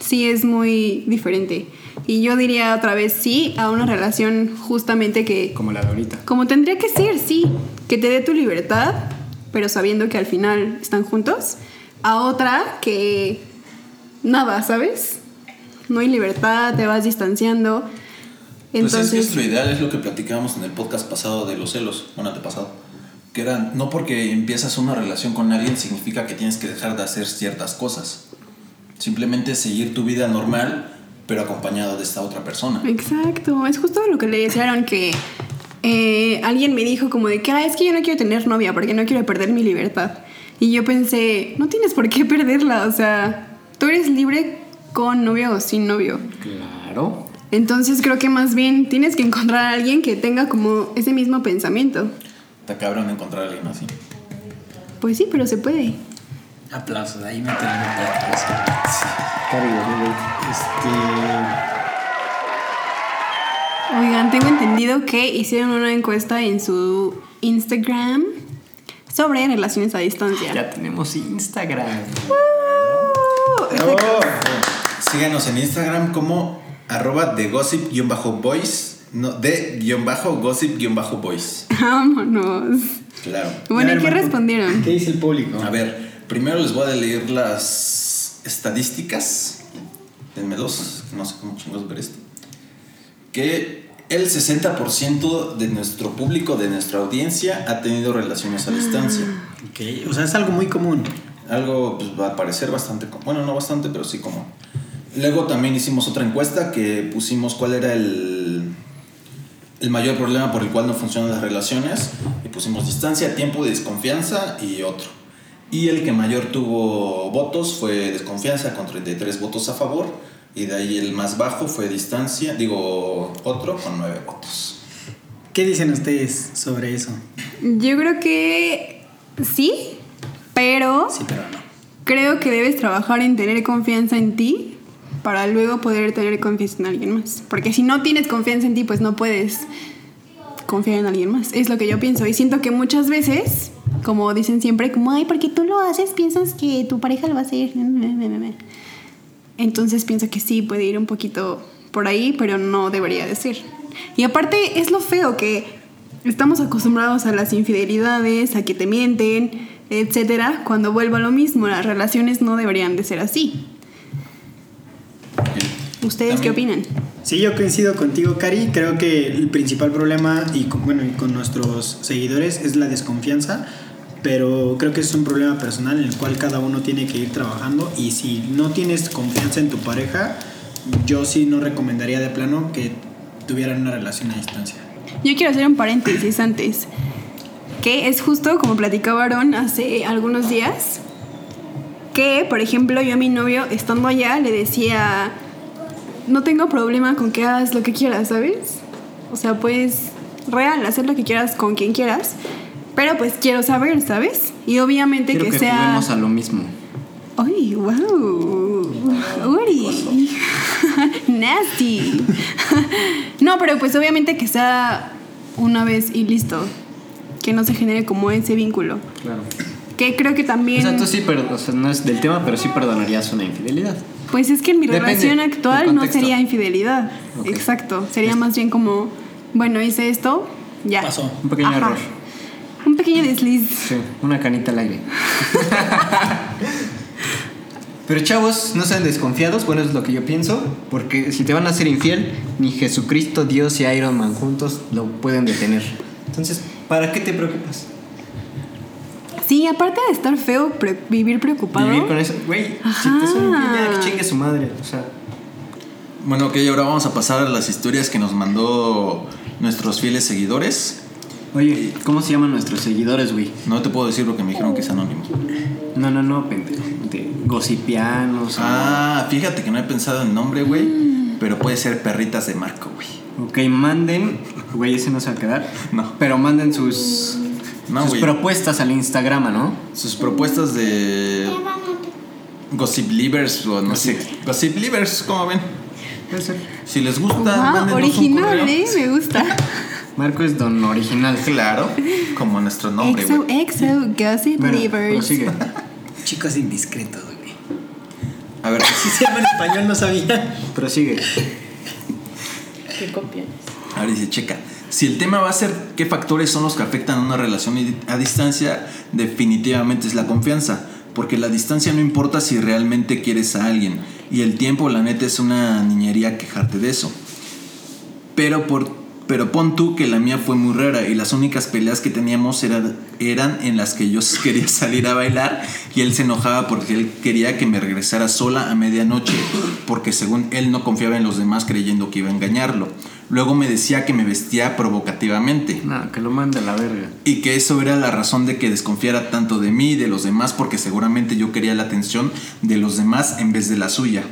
Speaker 5: sí es muy diferente. Y yo diría otra vez sí a una relación justamente que
Speaker 4: Como la de ahorita.
Speaker 5: como tendría que ser, sí. Que te dé tu libertad, pero sabiendo que al final están juntos. A otra que nada, ¿sabes? No hay libertad, te vas distanciando.
Speaker 3: Pues es que
Speaker 5: Entonces,
Speaker 3: es lo ideal, es lo que platicábamos en el podcast pasado de los celos, bueno, antepasado. Que eran, no porque empiezas una relación con alguien significa que tienes que dejar de hacer ciertas cosas. Simplemente seguir tu vida normal, pero acompañado de esta otra persona.
Speaker 5: exacto, es justo lo que le desearon que eh, alguien me dijo como de que "Ah, es que yo no quiero tener novia porque no quiero perder mi libertad. Y yo pensé, no tienes por qué perderla, o sea, tú eres libre con novio o sin novio.
Speaker 4: Claro.
Speaker 5: Entonces creo que más bien tienes que encontrar a alguien que tenga como ese mismo pensamiento.
Speaker 3: Está cabrón encontrar a alguien así.
Speaker 5: Pues sí, pero se puede. Este.
Speaker 2: Aplausos, ahí me termino aplausos.
Speaker 4: Cari, 2020.
Speaker 2: Este.
Speaker 5: Oigan, tengo entendido que hicieron una encuesta en su Instagram sobre relaciones a distancia.
Speaker 4: Ya tenemos Instagram.
Speaker 5: ¡Woo!
Speaker 2: ¡Bravo!
Speaker 3: Síganos en Instagram como arroba de gossip-boys. No, de guión bajo gossip guión bajo boys.
Speaker 5: Vámonos.
Speaker 3: Claro.
Speaker 5: Bueno,
Speaker 2: A
Speaker 5: ¿y
Speaker 2: ver,
Speaker 5: qué
Speaker 2: Marco,
Speaker 5: respondieron?
Speaker 2: ¿Qué dice el público?
Speaker 3: A ver, primero les voy a leer las estadísticas. Denme dos, no sé cómo chingos ver esto. Que el 60% de nuestro público, de nuestra audiencia, ha tenido relaciones a distancia.
Speaker 2: Ok, O sea, es algo muy común.
Speaker 3: Algo pues, va a parecer bastante, co- bueno, no bastante, pero sí como. Luego también hicimos otra encuesta que pusimos cuál era el, el mayor problema por el cual no funcionan las relaciones y pusimos distancia, tiempo, desconfianza y otro. Y el que mayor tuvo votos fue desconfianza con 33 votos a favor y de ahí el más bajo fue distancia, digo otro con 9 votos.
Speaker 2: ¿Qué dicen ustedes sobre eso?
Speaker 5: Yo creo que sí, pero
Speaker 2: Sí, pero no.
Speaker 5: creo que debes trabajar en tener confianza en ti para luego poder tener confianza en alguien más. Porque si no tienes confianza en ti, pues no puedes confiar en alguien más. Es lo que yo pienso. Y siento que muchas veces, como dicen siempre, como, ay, porque tú lo haces, piensas que tu pareja lo va a hacer. <laughs> Entonces pienso que sí, puede ir un poquito por ahí, pero no debería decir. Y aparte es lo feo que estamos acostumbrados a las infidelidades, a que te mienten, etcétera. Cuando vuelvo a lo mismo, las relaciones no deberían de ser así. ¿Ustedes qué
Speaker 3: También-
Speaker 5: opinan?
Speaker 2: Sí, yo coincido contigo, Cari. Creo que el principal problema, y con, bueno, y con nuestros seguidores, es la desconfianza. Pero creo que es un problema personal en el cual cada uno tiene que ir trabajando. Y si no tienes confianza en tu pareja, yo sí no recomendaría de plano que tuvieran una relación a distancia.
Speaker 5: Yo quiero hacer un paréntesis antes, que es justo como platicaba Aaron hace algunos días, que por ejemplo yo a mi novio estando allá le decía, no tengo problema con que hagas lo que quieras, ¿sabes? O sea, pues real, hacer lo que quieras con quien quieras, pero pues quiero saber, ¿sabes? Y obviamente
Speaker 4: Quiero
Speaker 5: que,
Speaker 4: que
Speaker 5: sea...
Speaker 4: juguemos a lo mismo.
Speaker 5: ¡Ay, wow! ¡Uri! <laughs> ¡Nasty! no, pero pues obviamente que sea una vez y listo. Que no se genere como ese vínculo.
Speaker 4: Claro.
Speaker 5: Que creo que
Speaker 4: O
Speaker 5: también.
Speaker 4: sea, tú sí, pero, o sea, no es del tema, pero sí perdonarías una infidelidad.
Speaker 5: Pues es que en mi
Speaker 4: Depende
Speaker 5: relación
Speaker 4: del
Speaker 5: actual no
Speaker 4: contexto.
Speaker 5: sería infidelidad.
Speaker 4: Ok.
Speaker 5: Exacto. Sería más bien como, bueno, hice esto, ya.
Speaker 2: Pasó.
Speaker 4: Un pequeño
Speaker 5: Ajá.
Speaker 4: error.
Speaker 5: Un pequeño desliz.
Speaker 4: Sí, una canita al aire. Pero chavos, no sean desconfiados, bueno, es lo que yo pienso, porque si te van a ser infiel, ni Jesucristo, Dios y Iron Man juntos lo pueden detener. Entonces, ¿para qué te preocupas?
Speaker 5: Sí, aparte de estar feo, pre- vivir preocupado.
Speaker 4: Vivir con eso, güey, si te son infiel, ya que chingue su madre, o sea,
Speaker 3: Bueno, ok, ahora vamos a pasar a las historias que nos mandó nuestros fieles seguidores.
Speaker 4: Oye, ¿cómo se llaman nuestros seguidores, güey?
Speaker 3: No te puedo decir porque me dijeron que es anónimo.
Speaker 4: No, no, no, pendejo. De Gossipianos.
Speaker 3: Ah, fíjate que no he pensado en nombre, güey. Pero puede ser perritas de Marco, güey.
Speaker 4: Ok, manden. Güey, ese no se va a quedar.
Speaker 3: No.
Speaker 4: Pero manden sus,
Speaker 3: No,
Speaker 4: sus
Speaker 3: güey.
Speaker 4: propuestas al Instagram, ¿no?
Speaker 3: Sus propuestas de. Gossip Livers o no sé. Gossip Livers, ¿cómo ven?
Speaker 4: Puede ser.
Speaker 3: Si les gusta,
Speaker 5: Wow,
Speaker 3: mándenos un
Speaker 5: original,
Speaker 3: correo.
Speaker 5: ¿eh? Me gusta.
Speaker 4: <laughs> Marco es don original.
Speaker 3: Claro, como nuestro nombre,
Speaker 5: Exo,
Speaker 3: güey.
Speaker 5: exo, gossip
Speaker 4: Bueno,
Speaker 5: lovers.
Speaker 4: prosigue.
Speaker 2: Chicos indiscretos, <laughs> güey.
Speaker 3: A ver,
Speaker 2: Si se llama en español, no sabía.
Speaker 4: Prosigue.
Speaker 3: Ahora dice, checa. Si el tema va a ser qué factores son los que afectan a una relación i- a distancia, definitivamente es la confianza. Porque la distancia no importa si realmente quieres a alguien. Y el tiempo, la neta, es una niñería quejarte de eso. Pero, por, pero pon tú que la mía fue muy rara y las únicas peleas que teníamos era- eran en las que yo <laughs> quería salir a bailar y él se enojaba porque él quería que me regresara sola a medianoche porque según él no confiaba en los demás creyendo que iba a engañarlo. Luego me decía que me vestía provocativamente
Speaker 4: No, que lo mande a la verga.
Speaker 3: y que eso era la razón de que desconfiara tanto de mí y de los demás porque seguramente yo quería la atención de los demás en vez de la suya.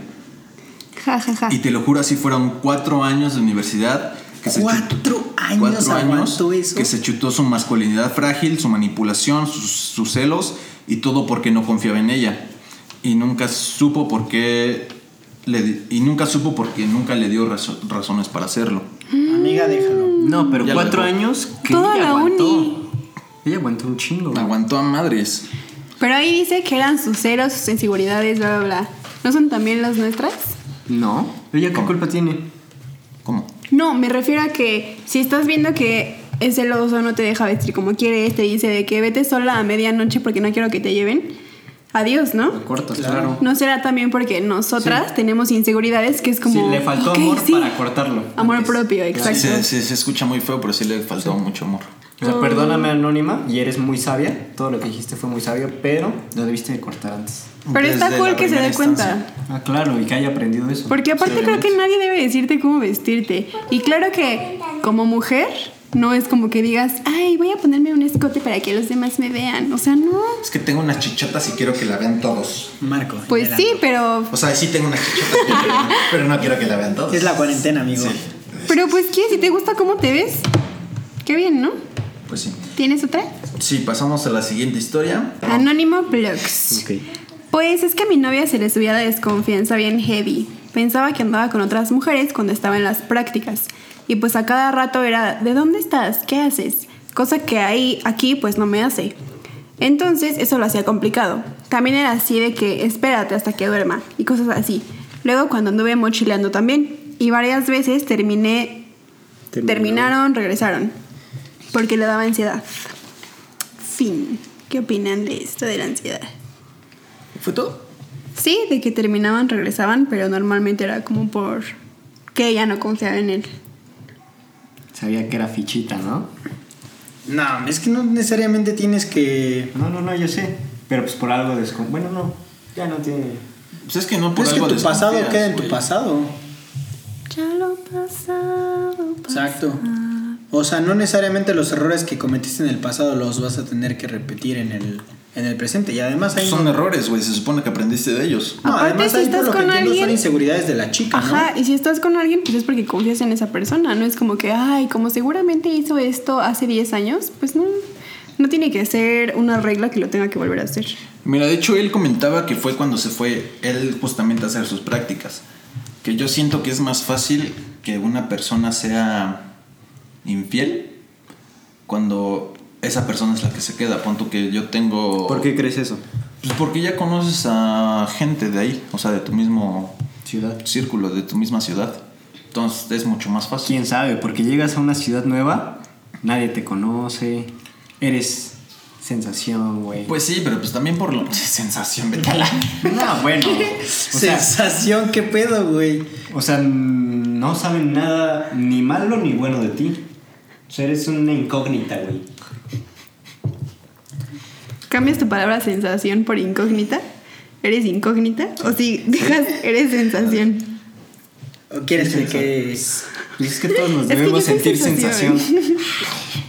Speaker 5: Ja, ja, ja.
Speaker 3: Y te lo juro, así fueron cuatro años de universidad. Que se
Speaker 2: ¿Cuatro
Speaker 3: chutó-
Speaker 2: años aguantó eso?
Speaker 3: Que se chutó su masculinidad frágil, su manipulación, sus, sus celos y todo porque no confiaba en ella. Y nunca supo por qué. le di- y nunca supo porque nunca le dio razo- razones para hacerlo.
Speaker 2: Amiga, déjalo.
Speaker 4: No, pero
Speaker 3: Ya lo
Speaker 4: cuatro
Speaker 3: dejó.
Speaker 4: años que
Speaker 5: Toda
Speaker 4: ella
Speaker 5: la
Speaker 4: aguantó.
Speaker 5: uni.
Speaker 4: Ella aguantó un chingo, güey.
Speaker 3: Aguantó a madres.
Speaker 5: Pero ahí dice que eran sus ceros, sus inseguridades, bla, bla, bla. ¿No son también las nuestras?
Speaker 4: No. ¿Ella qué culpa tiene?
Speaker 3: ¿Cómo?
Speaker 5: No, me refiero a que si estás viendo que es celoso, no te deja vestir como quieres, te dice de que vete sola a medianoche porque no quiero que te lleven. Adiós, ¿no?
Speaker 4: Lo cortas,
Speaker 2: Claro.
Speaker 4: claro.
Speaker 5: No será también porque nosotras tenemos inseguridades que es como.
Speaker 4: Sí, le faltó
Speaker 5: ok,
Speaker 4: amor
Speaker 5: sí.
Speaker 4: para cortarlo.
Speaker 5: Amor
Speaker 4: antes.
Speaker 5: propio, exacto.
Speaker 3: Sí, se, se- se escucha muy feo, pero sí le faltó mucho amor.
Speaker 4: O sea, perdóname anónima y eres muy sabia. Todo lo que dijiste fue muy sabio, pero lo debiste de cortar antes.
Speaker 5: Pero
Speaker 3: Desde
Speaker 5: está cool
Speaker 3: la
Speaker 5: que se dé
Speaker 3: primera
Speaker 5: cuenta.
Speaker 3: instancia.
Speaker 4: Ah, claro, y que haya aprendido eso.
Speaker 5: Porque aparte creo que nadie debe decirte cómo vestirte. Y claro que como mujer no es como que digas, ay, voy a ponerme un escote para que los demás me vean. O sea, no.
Speaker 3: Es que tengo unas chichotas y quiero que la vean todos.
Speaker 2: Marco.
Speaker 5: Pues
Speaker 2: ya la-
Speaker 5: sí, pero,
Speaker 3: O sea, sí tengo unas chichotas, <laughs> pero no quiero que la vean todos.
Speaker 2: Es la cuarentena, amigo.
Speaker 3: Sí,
Speaker 5: pero pues ¿qué? Si te gusta cómo te ves, qué bien, ¿no?
Speaker 3: pues sí.
Speaker 5: ¿Tienes otra?
Speaker 3: Sí, pasamos a la siguiente historia.
Speaker 5: Ah, Anónimo Plugs.
Speaker 4: Ok.
Speaker 5: Pues es que a mi novia se le subía la desconfianza bien heavy. Pensaba que andaba con otras mujeres cuando estaba en las prácticas. Y pues a cada rato era, ¿de dónde estás? ¿Qué haces? Cosa que ahí, aquí, pues no me hace. Entonces eso lo hacía complicado. También era así de que espérate hasta que duerma y cosas así. Luego cuando anduve mochileando también. Y varias veces terminé... Terminaron, regresaron. Porque le daba ansiedad. Fin. ¿Qué opinan de esto de la ansiedad?
Speaker 2: ¿Fue todo?
Speaker 5: Sí, de que terminaban, regresaban, pero normalmente era como por que ella no confiaba en él.
Speaker 4: Sabía que era fichita, ¿no?
Speaker 2: No, es que no necesariamente tienes que.
Speaker 4: No, no, no, yo sé. Pero pues por algo descon... Bueno, no. Ya no tiene...
Speaker 3: Pues es que no por
Speaker 2: Pues es que
Speaker 3: algo
Speaker 2: tu pasado
Speaker 3: desconfías,
Speaker 2: queda en tu
Speaker 3: güey.
Speaker 2: pasado.
Speaker 5: Ya lo pasado.
Speaker 2: Exacto.
Speaker 5: Ah.
Speaker 2: O sea, no necesariamente los errores que cometiste en el pasado los vas a tener que repetir en el, en el presente. Y además
Speaker 3: Pues
Speaker 2: hay.
Speaker 3: Son errores, güey. Se supone que aprendiste de ellos.
Speaker 2: No,
Speaker 5: Aparte,
Speaker 2: además
Speaker 5: si
Speaker 2: ahí
Speaker 5: estás
Speaker 2: por lo que
Speaker 5: con
Speaker 2: entiendo
Speaker 5: alguien-
Speaker 2: son inseguridades de la chica,
Speaker 5: Ajá,
Speaker 2: ¿no?
Speaker 5: y si estás con alguien, pues es porque confías en esa persona, no es como que, ay, como seguramente hizo esto hace 10 años, pues no, no tiene que ser una regla que lo tenga que volver a hacer.
Speaker 3: Mira, de hecho, él comentaba que fue cuando se fue él justamente a hacer sus prácticas. Que yo siento que es más fácil que una persona sea infiel cuando esa persona es la que se queda. Punto que yo tengo.
Speaker 4: ¿Por qué crees eso?
Speaker 3: Pues porque ya conoces a gente de ahí, o sea, de tu mismo
Speaker 4: Ciudad.
Speaker 3: círculo, de tu misma ciudad. Entonces es mucho más fácil.
Speaker 4: Quién sabe, porque llegas a una ciudad nueva, nadie te conoce, eres sensación, güey.
Speaker 3: Pues sí, pero pues también por la <laughs> sensación, vete a la-
Speaker 2: <laughs>
Speaker 4: no, bueno. O sea,
Speaker 2: Sensación, qué pedo, güey.
Speaker 4: o sea, mm, no saben nada ni malo ni bueno de ti. O sea, eres una incógnita, güey.
Speaker 5: ¿Cambias tu palabra sensación por incógnita? ¿Eres incógnita? O si dejas, eres sensación.
Speaker 2: ¿O quieres que que-
Speaker 4: Pues es que todos nos
Speaker 5: Es que
Speaker 4: debemos
Speaker 5: yo soy
Speaker 4: sentir sensación.
Speaker 5: sensación.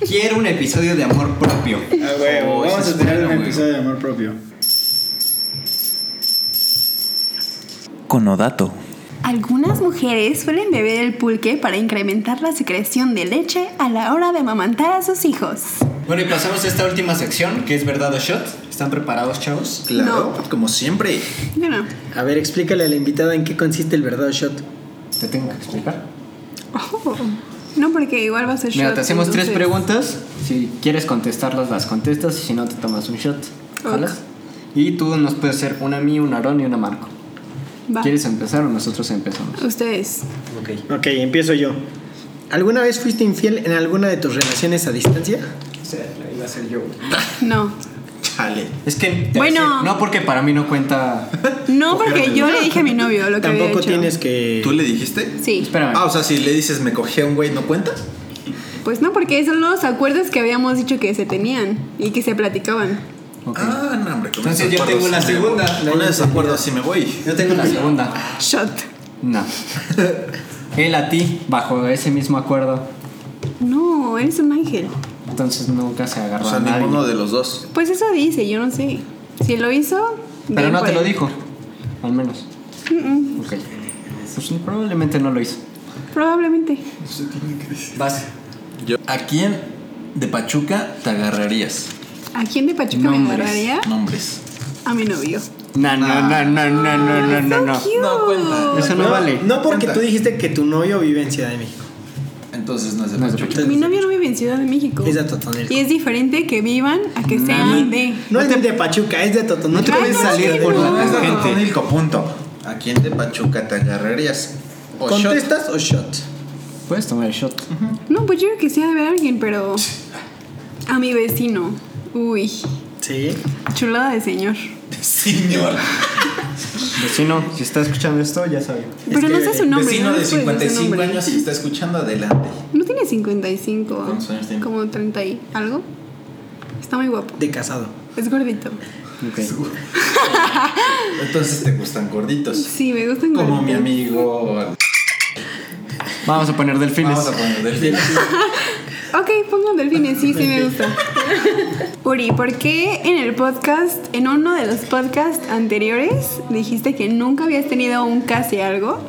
Speaker 4: Quiero un episodio de amor propio.
Speaker 2: Ah, güey,
Speaker 3: Oh,
Speaker 2: vamos
Speaker 3: ese
Speaker 2: a
Speaker 3: es
Speaker 2: tener
Speaker 3: bueno,
Speaker 2: un
Speaker 3: güey.
Speaker 2: episodio de amor propio.
Speaker 3: Conodato.
Speaker 5: Algunas mujeres suelen beber el pulque para incrementar la secreción de leche a la hora de amamantar a sus hijos.
Speaker 4: Bueno, y pasamos a esta última sección, que es verdad o shot. ¿Están preparados, chavos?
Speaker 3: Claro, como siempre.
Speaker 5: Yo no.
Speaker 2: A ver, explícale a la invitada en qué consiste el verdadero shot.
Speaker 4: Te tengo que explicar.
Speaker 5: Oh, no, porque igual va a ser
Speaker 4: Mira,
Speaker 5: shot,
Speaker 4: te hacemos tres
Speaker 5: entonces.
Speaker 4: preguntas. Si quieres contestarlas, las contestas. Y si no, te tomas un shot.
Speaker 5: Ok.
Speaker 4: ¿Jalas? Y tú nos puedes hacer una a mí, una a Aaron y una a Marco.
Speaker 5: Va.
Speaker 4: ¿Quieres empezar o nosotros empezamos?
Speaker 5: Ustedes.
Speaker 2: Ok. Ok, empiezo yo. ¿Alguna vez fuiste infiel en alguna de tus relaciones a distancia?
Speaker 4: iba a ser yo.
Speaker 5: No.
Speaker 3: Chale.
Speaker 4: Es que.
Speaker 5: Bueno.
Speaker 4: es que- no, porque para mí no <laughs> cuenta.
Speaker 5: No, porque yo le dije a mi novio lo que había
Speaker 2: Tampoco
Speaker 5: hecho.
Speaker 2: tienes que.
Speaker 3: ¿Tú le dijiste?
Speaker 5: Sí.
Speaker 4: Espérame.
Speaker 3: Ah, o sea, si le dices me cogí a un güey, ¿no cuenta?
Speaker 5: Pues no, porque son los acuerdos que habíamos dicho que se tenían y que se platicaban.
Speaker 4: Ok.
Speaker 3: Ah, no, hombre. con
Speaker 4: Entonces
Speaker 3: esos
Speaker 4: yo tengo
Speaker 3: acuerdos
Speaker 4: la
Speaker 3: sí me
Speaker 4: segunda.
Speaker 3: voy.
Speaker 4: La
Speaker 3: Con esos acuerdos sí me voy.
Speaker 4: Yo tengo la segunda.
Speaker 5: Shot.
Speaker 4: No. Él a ti, bajo ese mismo acuerdo.
Speaker 5: No, eres un ángel.
Speaker 4: Entonces nunca se agarró
Speaker 3: O sea,
Speaker 4: a nadie.
Speaker 3: ninguno de los dos.
Speaker 5: Pues eso dice, yo no sé. Si lo hizo.
Speaker 4: Pero
Speaker 5: bien
Speaker 4: no
Speaker 5: por
Speaker 4: te lo
Speaker 5: él.
Speaker 4: dijo. Al menos. Ok. Pues probablemente no lo hizo.
Speaker 5: Probablemente.
Speaker 4: Vas.
Speaker 3: Yo. ¿A quién de Pachuca te agarrarías?
Speaker 5: ¿A quién de Pachuca me
Speaker 4: Nombres.
Speaker 5: agarraría?
Speaker 3: Nombres.
Speaker 5: A mi novio.
Speaker 4: No, no, no, no, no, no, no, no, no.
Speaker 5: Ah, Cute.
Speaker 3: No cuenta.
Speaker 4: Eso no vale.
Speaker 2: No porque
Speaker 3: Cuenta.
Speaker 2: tú dijiste que tu novio vive en Ciudad de México.
Speaker 3: Entonces no es de
Speaker 4: No es de
Speaker 3: Pachuca.
Speaker 5: Mi novio no vive en Ciudad de México.
Speaker 2: Es de Totonilco.
Speaker 5: Y es diferente que vivan a que sean de.
Speaker 2: No es de Pachuca, es de Totonilco.
Speaker 6: No te puedes
Speaker 5: no,
Speaker 6: salir
Speaker 5: sí,
Speaker 6: por
Speaker 5: no.
Speaker 6: la
Speaker 4: Es de
Speaker 6: gente.
Speaker 4: Totonilco,
Speaker 6: punto. ¿A quién de Pachuca te agarrarías? O shot.
Speaker 2: ¿Contestas o shot?
Speaker 4: Puedes tomar el shot.
Speaker 5: No, pues yo creo que sí ha de haber alguien, pero. A mi vecino. Uy,
Speaker 2: Sí.
Speaker 5: chulada de señor.
Speaker 3: <laughs> Señor.
Speaker 4: Vecino, si está escuchando esto, ya sabe.
Speaker 5: Pero no sé su nombre.
Speaker 3: Vecino
Speaker 5: no
Speaker 3: de
Speaker 5: les puedes decir su
Speaker 3: 55
Speaker 5: nombre.
Speaker 3: años y está escuchando adelante.
Speaker 5: No tiene 55.
Speaker 3: ¿Cuántos años tiene?
Speaker 5: Como 30 y algo. Está muy guapo.
Speaker 2: De casado.
Speaker 5: Es gordito.
Speaker 4: Ok.
Speaker 3: Entonces te gustan gorditos.
Speaker 5: Sí, me gustan
Speaker 3: Como
Speaker 5: gorditos.
Speaker 3: mi amigo.
Speaker 4: Vamos a poner delfines.
Speaker 3: Vamos a poner delfín.
Speaker 4: <laughs>
Speaker 5: Ok, pongan delfines, sí, sí me gusta. Uri, ¿por qué en el podcast, en uno de los podcasts anteriores, dijiste que nunca habías tenido un casi algo?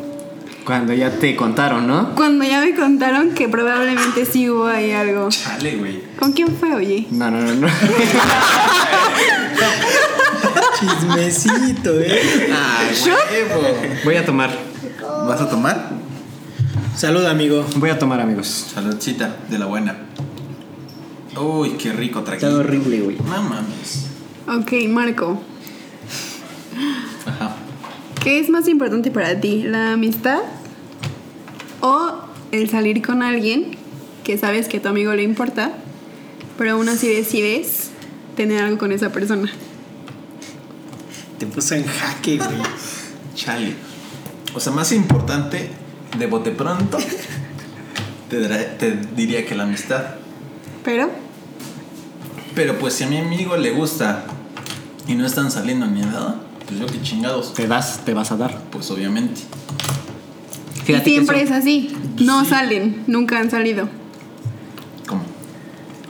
Speaker 4: Cuando ya te contaron, ¿no?
Speaker 5: Cuando ya me contaron que probablemente sí hubo ahí algo.
Speaker 3: Chale, güey.
Speaker 5: ¿Con quién fue, oye?
Speaker 4: No, no, no, no.
Speaker 2: Chismecito, eh.
Speaker 6: Ah, huevo.
Speaker 4: Voy a tomar.
Speaker 6: ¿Vas a tomar?
Speaker 2: Salud, amigo.
Speaker 4: Voy a tomar, amigos.
Speaker 3: Saludcita de la buena. Uy, qué rico
Speaker 1: Está
Speaker 3: traguito.
Speaker 1: horrible, güey.
Speaker 3: No mames.
Speaker 5: Ok, Marco,
Speaker 3: Ajá.
Speaker 5: ¿qué es más importante para ti? ¿La amistad o el salir con alguien que sabes que a tu amigo le importa, pero aún así decides tener algo con esa persona?
Speaker 2: Te puso en jaque, güey.
Speaker 3: Chale. O sea, más importante, de bote
Speaker 4: <laughs>
Speaker 3: pronto, te, dra- te diría que la amistad.
Speaker 5: Pero
Speaker 3: Pero pues si a mi amigo le gusta y no están saliendo ni nada, pues yo que chingados.
Speaker 4: Te das, te vas a dar.
Speaker 3: Pues obviamente.
Speaker 5: Y siempre
Speaker 4: que
Speaker 5: es
Speaker 4: eso-
Speaker 5: así. No
Speaker 3: Sí.
Speaker 5: salen, nunca han salido.
Speaker 3: ¿Cómo?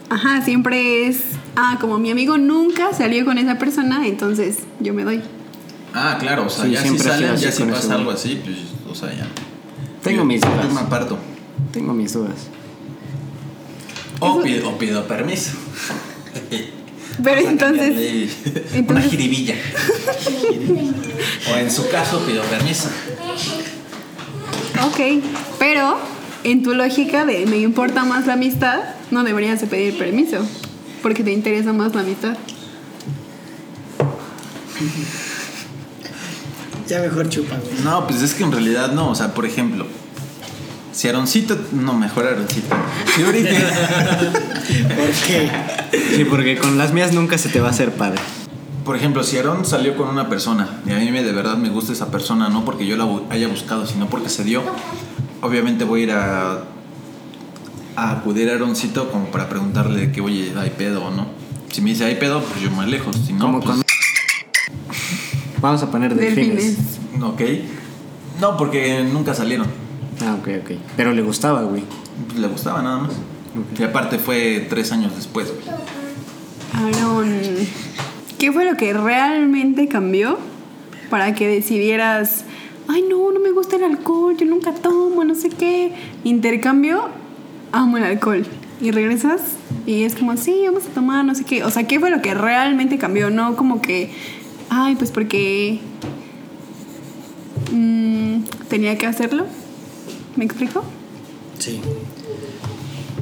Speaker 5: Ajá, siempre es. Ah, como mi amigo nunca salió con esa persona, entonces yo me doy.
Speaker 3: Ah, claro, o sea,
Speaker 4: Sí,
Speaker 3: ya si
Speaker 4: siempre ha sido
Speaker 3: salen,
Speaker 4: así
Speaker 3: ya si
Speaker 4: con
Speaker 3: pasa
Speaker 4: eso,
Speaker 3: algo así, pues, o sea, ya.
Speaker 4: Tengo
Speaker 3: Yo-
Speaker 4: mis dudas.
Speaker 3: Yo me aparto.
Speaker 4: Tengo mis dudas.
Speaker 3: O
Speaker 5: Eso-
Speaker 3: pido, o pido
Speaker 4: <laughs>
Speaker 3: permiso.
Speaker 5: Pero
Speaker 3: Vamos a
Speaker 5: entonces.
Speaker 3: cambiarle Una
Speaker 5: entonces-
Speaker 3: jiribilla. <laughs> o en su caso, pido permiso.
Speaker 5: Ok. Pero en tu lógica de me importa más la amistad, no deberías de pedir permiso. Porque te interesa más la amistad.
Speaker 2: Ya mejor chupa, güey.
Speaker 3: No, pues es que en realidad no. O sea, por ejemplo, si Aaroncito. No, mejor Aaroncito. Si Uri <laughs>
Speaker 2: ¿Por qué?
Speaker 4: Sí, porque con las mías nunca se te va a hacer padre.
Speaker 3: Por ejemplo, si Aaron salió con una persona y a mí me- de verdad me gusta esa persona, no porque yo la bu- haya buscado, sino porque se dio, obviamente voy a ir a, a acudir a Aaroncito como para preguntarle que, oye, hay pedo o no. Si me dice hay pedo, pues yo me alejo. Si no,
Speaker 4: Como
Speaker 3: pues,
Speaker 4: con- pues. Vamos a poner delfines.
Speaker 5: Delfines.
Speaker 3: Ok. No, porque nunca salieron.
Speaker 4: Ah, ok, ok. Pero le gustaba, güey.
Speaker 3: Pues Le gustaba nada más. Y aparte fue tres años después. güey.
Speaker 5: Aaron, ¿qué fue lo que realmente cambió para que decidieras, ay no, no me gusta el alcohol, yo nunca tomo, no sé qué? Intercambio, amo el alcohol. Y regresas y es como, sí, vamos a tomar, no sé qué. O sea, ¿qué fue lo que realmente cambió? No como que, ay, pues porque mm, tenía que hacerlo. ¿Me explico?
Speaker 2: Sí.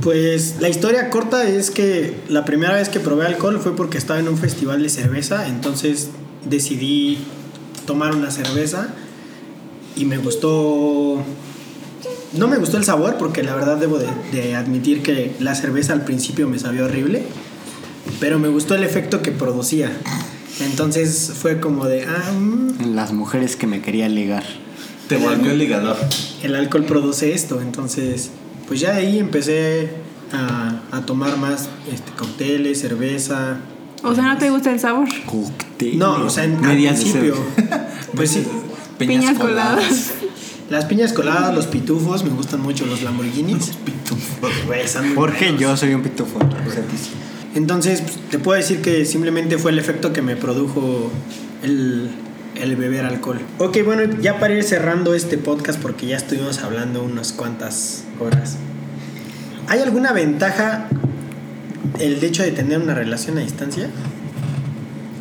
Speaker 2: Pues la historia corta es que la primera vez que probé alcohol fue porque estaba en un festival de cerveza, entonces decidí tomar una cerveza y me gustó... No me gustó el sabor porque la verdad debo de, de admitir que la cerveza al principio me sabía horrible, pero me gustó el efecto que producía. Entonces fue como de, ah, mm,
Speaker 4: Las mujeres que me quería ligar.
Speaker 3: Te volvió el ligador.
Speaker 2: el alcohol produce esto, entonces pues ya de ahí empecé a, a tomar más este, cócteles, cerveza.
Speaker 5: O sea, no te gusta el sabor.
Speaker 4: Cóctel.
Speaker 2: No, o sea, en, al
Speaker 4: Medias de
Speaker 2: principio.
Speaker 4: cerveza.
Speaker 2: <laughs> Pues sí,
Speaker 5: Piñas, coladas.
Speaker 2: las piñas coladas, los pitufos, me gustan mucho los Lamborghinis. Pues, Güey, están muy
Speaker 4: Porque
Speaker 2: buenos.
Speaker 4: yo soy un pitufo.
Speaker 2: Entonces, pues, te puedo decir que simplemente fue el efecto que me produjo el, el beber alcohol. Ok, bueno, ya para ir cerrando este podcast, porque ya estuvimos hablando unas cuantas horas. ¿Hay alguna ventaja el hecho de tener una relación a distancia?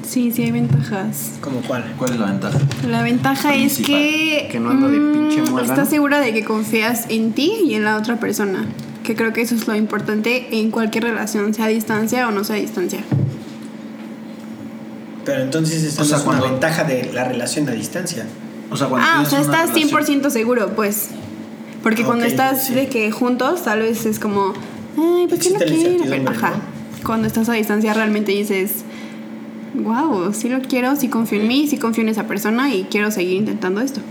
Speaker 5: Sí, sí hay ventajas.
Speaker 2: ¿Como cuál?
Speaker 3: ¿Cuál es la ventaja?
Speaker 5: La ventaja es
Speaker 3: Principal,
Speaker 5: que,
Speaker 4: que no ando de pinche
Speaker 5: mm,
Speaker 4: muela,
Speaker 5: estás
Speaker 4: ¿no?
Speaker 5: segura de que confías en ti y en la otra persona. que creo que eso es lo importante en cualquier relación, sea a distancia o no sea a distancia.
Speaker 2: Pero entonces esta
Speaker 6: O sea,
Speaker 2: no es una
Speaker 6: cuando-
Speaker 2: ventaja de la relación a distancia.
Speaker 6: O sea, cuando
Speaker 5: Ah, o
Speaker 6: tienes
Speaker 5: sea,
Speaker 6: una
Speaker 5: estás
Speaker 6: relación-
Speaker 5: 100% seguro, pues. Porque cuando
Speaker 2: Ok,
Speaker 5: estás
Speaker 2: sí.
Speaker 5: de que juntos, tal vez es como, ay, ¿por qué lo
Speaker 2: Existe la
Speaker 5: quiero?
Speaker 2: incertidumbre,
Speaker 5: Ajá. Cuando estás a distancia realmente dices, wow, sí lo quiero, sí confío en mí, sí confío en esa persona y quiero seguir intentando esto.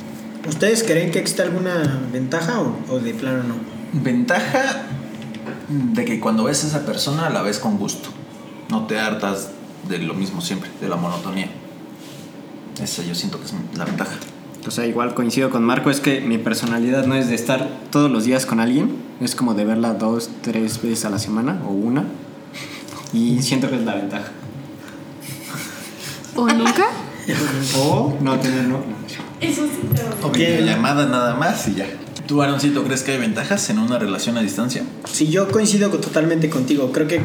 Speaker 2: ¿Ustedes creen que existe alguna ventaja o, o de plano no?
Speaker 3: Ventaja de que cuando ves a esa persona la ves con gusto. No te hartas de lo mismo siempre, de la monotonía. Esa yo siento que es la ventaja.
Speaker 4: O sea, igual coincido con Marco, es que mi personalidad no es de estar todos los días con alguien, es como de verla dos, tres veces a la semana o una. Y siento que es la <laughs> ventaja.
Speaker 5: ¿O nunca?
Speaker 4: O no tener no.
Speaker 2: Ok.
Speaker 3: llamada nada más y ya. ¿Tú, Aaroncito, crees que hay ventajas en una relación a distancia?
Speaker 2: Si yo coincido co- totalmente contigo, creo que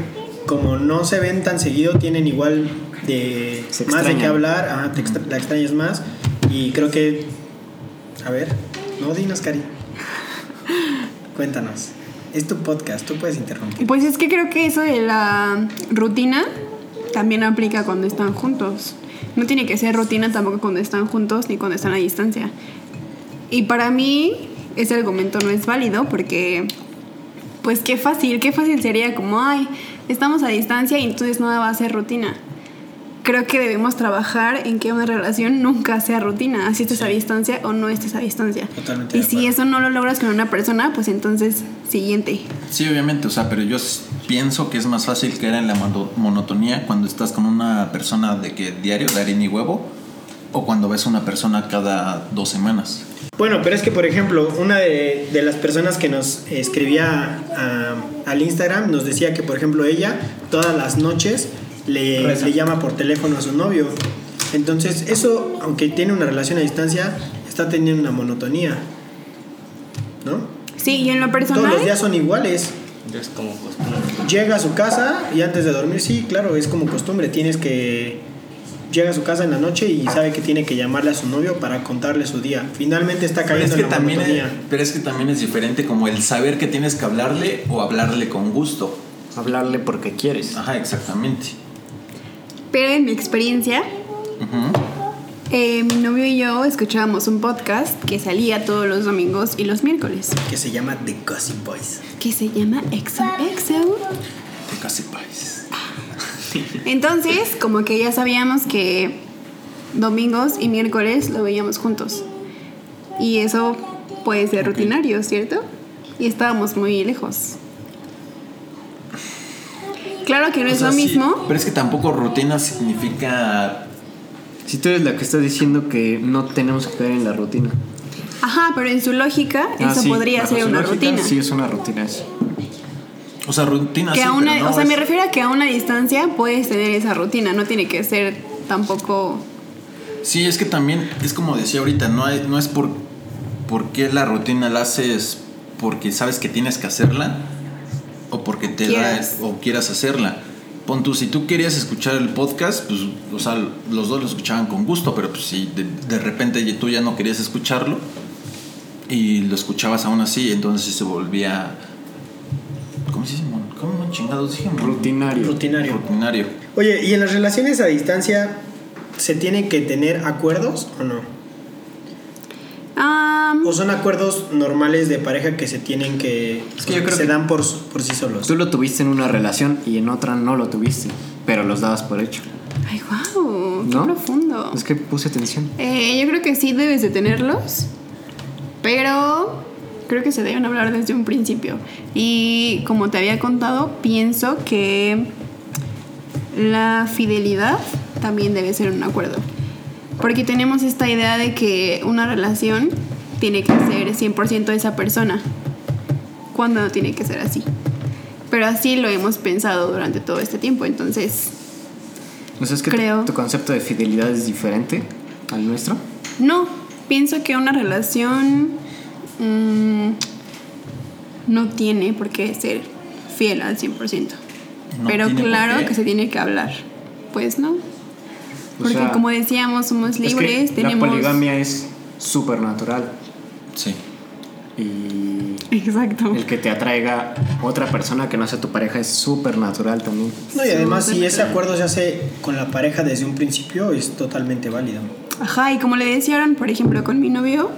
Speaker 2: como no se ven tan seguido, tienen igual de
Speaker 4: Se
Speaker 2: más de
Speaker 4: extrañan.
Speaker 2: qué hablar, ajá, te extra- la extrañas más y creo que a ver, no dinos, Cari. Cuéntanos. Es tu podcast, tú puedes interrumpir.
Speaker 5: Pues es que creo que eso de la rutina también aplica cuando están juntos. No tiene que ser rutina tampoco cuando están juntos ni cuando están a distancia. Y para mí ese argumento no es válido porque, pues qué fácil, qué fácil sería como, ay, estamos a distancia y entonces nada va a ser rutina. Creo que debemos trabajar en que una relación nunca sea rutina, así estés a distancia o no estés a distancia.
Speaker 2: Totalmente
Speaker 5: y
Speaker 2: de
Speaker 5: si
Speaker 2: acuerdo.
Speaker 5: eso no lo logras con una persona, pues entonces siguiente.
Speaker 3: Sí, obviamente, o sea, pero yo s- pienso que es más fácil caer en la mono- monotonía cuando estás con una persona de que diario, de harina y huevo, o cuando ves a una persona cada dos semanas.
Speaker 2: Bueno, pero es que, por ejemplo, una de, de las personas que nos escribía a- al Instagram nos decía que, por ejemplo, ella todas las noches le,
Speaker 4: Reza.
Speaker 2: le llama por teléfono a su novio. Entonces, eso, aunque tiene una relación a distancia, está teniendo una monotonía. ¿No?
Speaker 5: Sí, y en lo personal.
Speaker 2: Todos los días son iguales.
Speaker 7: Ya es como costumbre.
Speaker 2: Llega a su casa y antes de dormir, sí, claro, es como costumbre. Tienes que. Llega a su casa en la noche y sabe que tiene que llamarle a su novio para contarle su día. Finalmente está
Speaker 3: Pero
Speaker 2: cayendo
Speaker 3: es, que
Speaker 2: en la
Speaker 3: también es,
Speaker 2: monotonía.
Speaker 3: pero es que también es diferente como el saber que tienes que hablarle o hablarle con gusto.
Speaker 4: Hablarle porque quieres.
Speaker 3: Ajá, exactamente.
Speaker 5: Pero en mi experiencia,
Speaker 3: Ujú.
Speaker 5: eh, mi novio y yo escuchábamos un podcast que salía todos los domingos y los miércoles,
Speaker 2: que se llama The Gossip Boys.
Speaker 5: que se llama Exo Exo.
Speaker 3: De casi país.
Speaker 5: <laughs> Entonces, como que ya sabíamos que domingos y miércoles lo veíamos juntos. Y eso puede ser rutinario, ¿cierto? Y estábamos muy lejos. Claro que no
Speaker 3: O
Speaker 5: es
Speaker 3: sea,
Speaker 5: lo
Speaker 3: sí,
Speaker 5: mismo.
Speaker 3: pero es que tampoco rutina significa.
Speaker 4: Si tú eres la que está diciendo que no tenemos que caer en la rutina.
Speaker 5: Ajá, pero en su lógica,
Speaker 4: Ah,
Speaker 5: eso
Speaker 4: sí,
Speaker 5: podría
Speaker 4: bajo
Speaker 5: ser
Speaker 4: su
Speaker 5: una
Speaker 4: lógica,
Speaker 5: rutina.
Speaker 4: Sí, es una rutina eso.
Speaker 3: O sea, rutina
Speaker 5: Que
Speaker 3: sí,
Speaker 5: a
Speaker 3: pero
Speaker 5: una,
Speaker 3: no
Speaker 5: o sea,
Speaker 3: es-
Speaker 5: me refiero a que a una distancia puedes tener esa rutina, no tiene que ser tampoco.
Speaker 3: Sí, es que también, es como decía ahorita, no, hay- no es por, por qué la rutina la haces porque sabes que tienes que hacerla o porque te
Speaker 5: Quieras.
Speaker 3: da o quieras hacerla. Pon tú, si tú querías escuchar el podcast, pues, o sea, los dos lo escuchaban con gusto, pero pues si de, de repente ya- tú ya no querías escucharlo y lo escuchabas aún así, entonces se volvía. ¿Cómo se dice? mon- ¿Cómo chingados dije? mon-
Speaker 4: Rutinario.
Speaker 2: Rutinario.
Speaker 3: Rutinario.
Speaker 2: Oye, ¿y en las relaciones a distancia se tienen que tener acuerdos o no?
Speaker 5: Am,
Speaker 2: ¿O son acuerdos normales de pareja que se tienen que...
Speaker 4: Es que yo creo
Speaker 2: se
Speaker 4: que-
Speaker 2: dan por, s- por sí solos?
Speaker 4: Tú lo tuviste en una relación y en otra no lo tuviste, pero los dabas por hecho.
Speaker 5: ay, wow, qué
Speaker 4: ¿No?
Speaker 5: profundo.
Speaker 4: Es que puse atención.
Speaker 5: Eh, yo creo que sí debes de tenerlos, pero creo que se deben hablar desde un principio. Y como te había contado, pienso que la fidelidad también debe ser un acuerdo. Porque tenemos esta idea de que una relación tiene que ser 100% de esa persona, cuando no tiene que ser así. Pero así lo hemos pensado durante todo este tiempo, entonces
Speaker 4: O sea, es que tu-
Speaker 5: Creo.
Speaker 4: tu concepto de fidelidad es diferente al nuestro.
Speaker 5: No, pienso que una relación mm, no tiene por qué ser fiel al 100%.
Speaker 3: No
Speaker 5: Pero
Speaker 3: tiene por
Speaker 5: claro
Speaker 3: qué.
Speaker 5: que se tiene que hablar. Pues no. Porque
Speaker 4: sea,
Speaker 5: como decíamos, somos
Speaker 4: Es que
Speaker 5: libres, tenemos...
Speaker 4: La poligamia es súper natural
Speaker 3: Sí.
Speaker 4: y
Speaker 5: Exacto.
Speaker 4: El que te atraiga otra persona que no sea tu pareja es súper natural también.
Speaker 2: No, y además, si ese acuerdo se hace con la pareja desde un principio, es totalmente válido.
Speaker 5: Ajá, y como le decían, por ejemplo, con mi novio,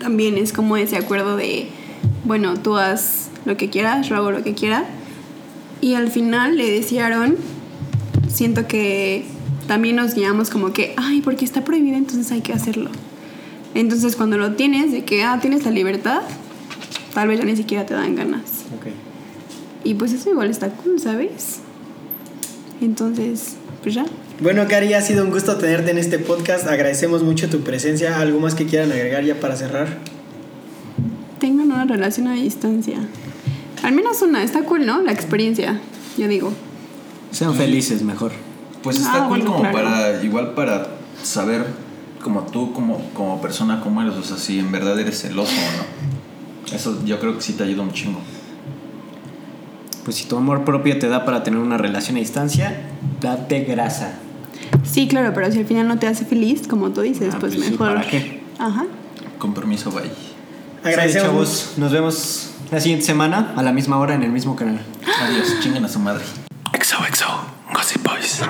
Speaker 5: también es como ese acuerdo de, bueno, tú haz lo que quieras, yo hago lo que quiera. Y al final le decía a Aaron, siento que también nos guiamos como que, ay, porque está prohibido, entonces hay que hacerlo. Entonces cuando lo tienes, de que, ah, tienes la libertad, tal vez ya ni siquiera te dan ganas. Y pues eso igual está cool, ¿sabes? Entonces, pues ya.
Speaker 2: Bueno, Cari, ha sido un gusto tenerte en este podcast. Agradecemos mucho tu presencia. ¿Algo más que quieran agregar ya para cerrar?
Speaker 5: tengan una relación a distancia. Al menos una, está cool, ¿no? La experiencia, yo digo.
Speaker 4: Sean felices mejor.
Speaker 3: Pues está
Speaker 5: Ah,
Speaker 3: cool
Speaker 5: bueno,
Speaker 3: como
Speaker 5: claro.
Speaker 3: para, igual para saber como tú, como, como persona, cómo eres, o sea, si en verdad eres celoso o no. Eso yo creo que sí te ayuda un chingo.
Speaker 4: Pues si tu amor propio te da para tener una relación a distancia, date grasa.
Speaker 5: Sí, claro, pero si al final no te hace feliz, como tú dices,
Speaker 4: Ah,
Speaker 5: pues,
Speaker 4: pues sí,
Speaker 5: mejor.
Speaker 4: ¿para qué?
Speaker 5: Ajá.
Speaker 3: Con permiso, bye.
Speaker 2: Agradecemos.
Speaker 4: Sale, chavos. Nos vemos la siguiente semana a la misma hora en el mismo canal.
Speaker 3: Adiós, chinguen a su madre.
Speaker 7: XOXO, Gossip Boys.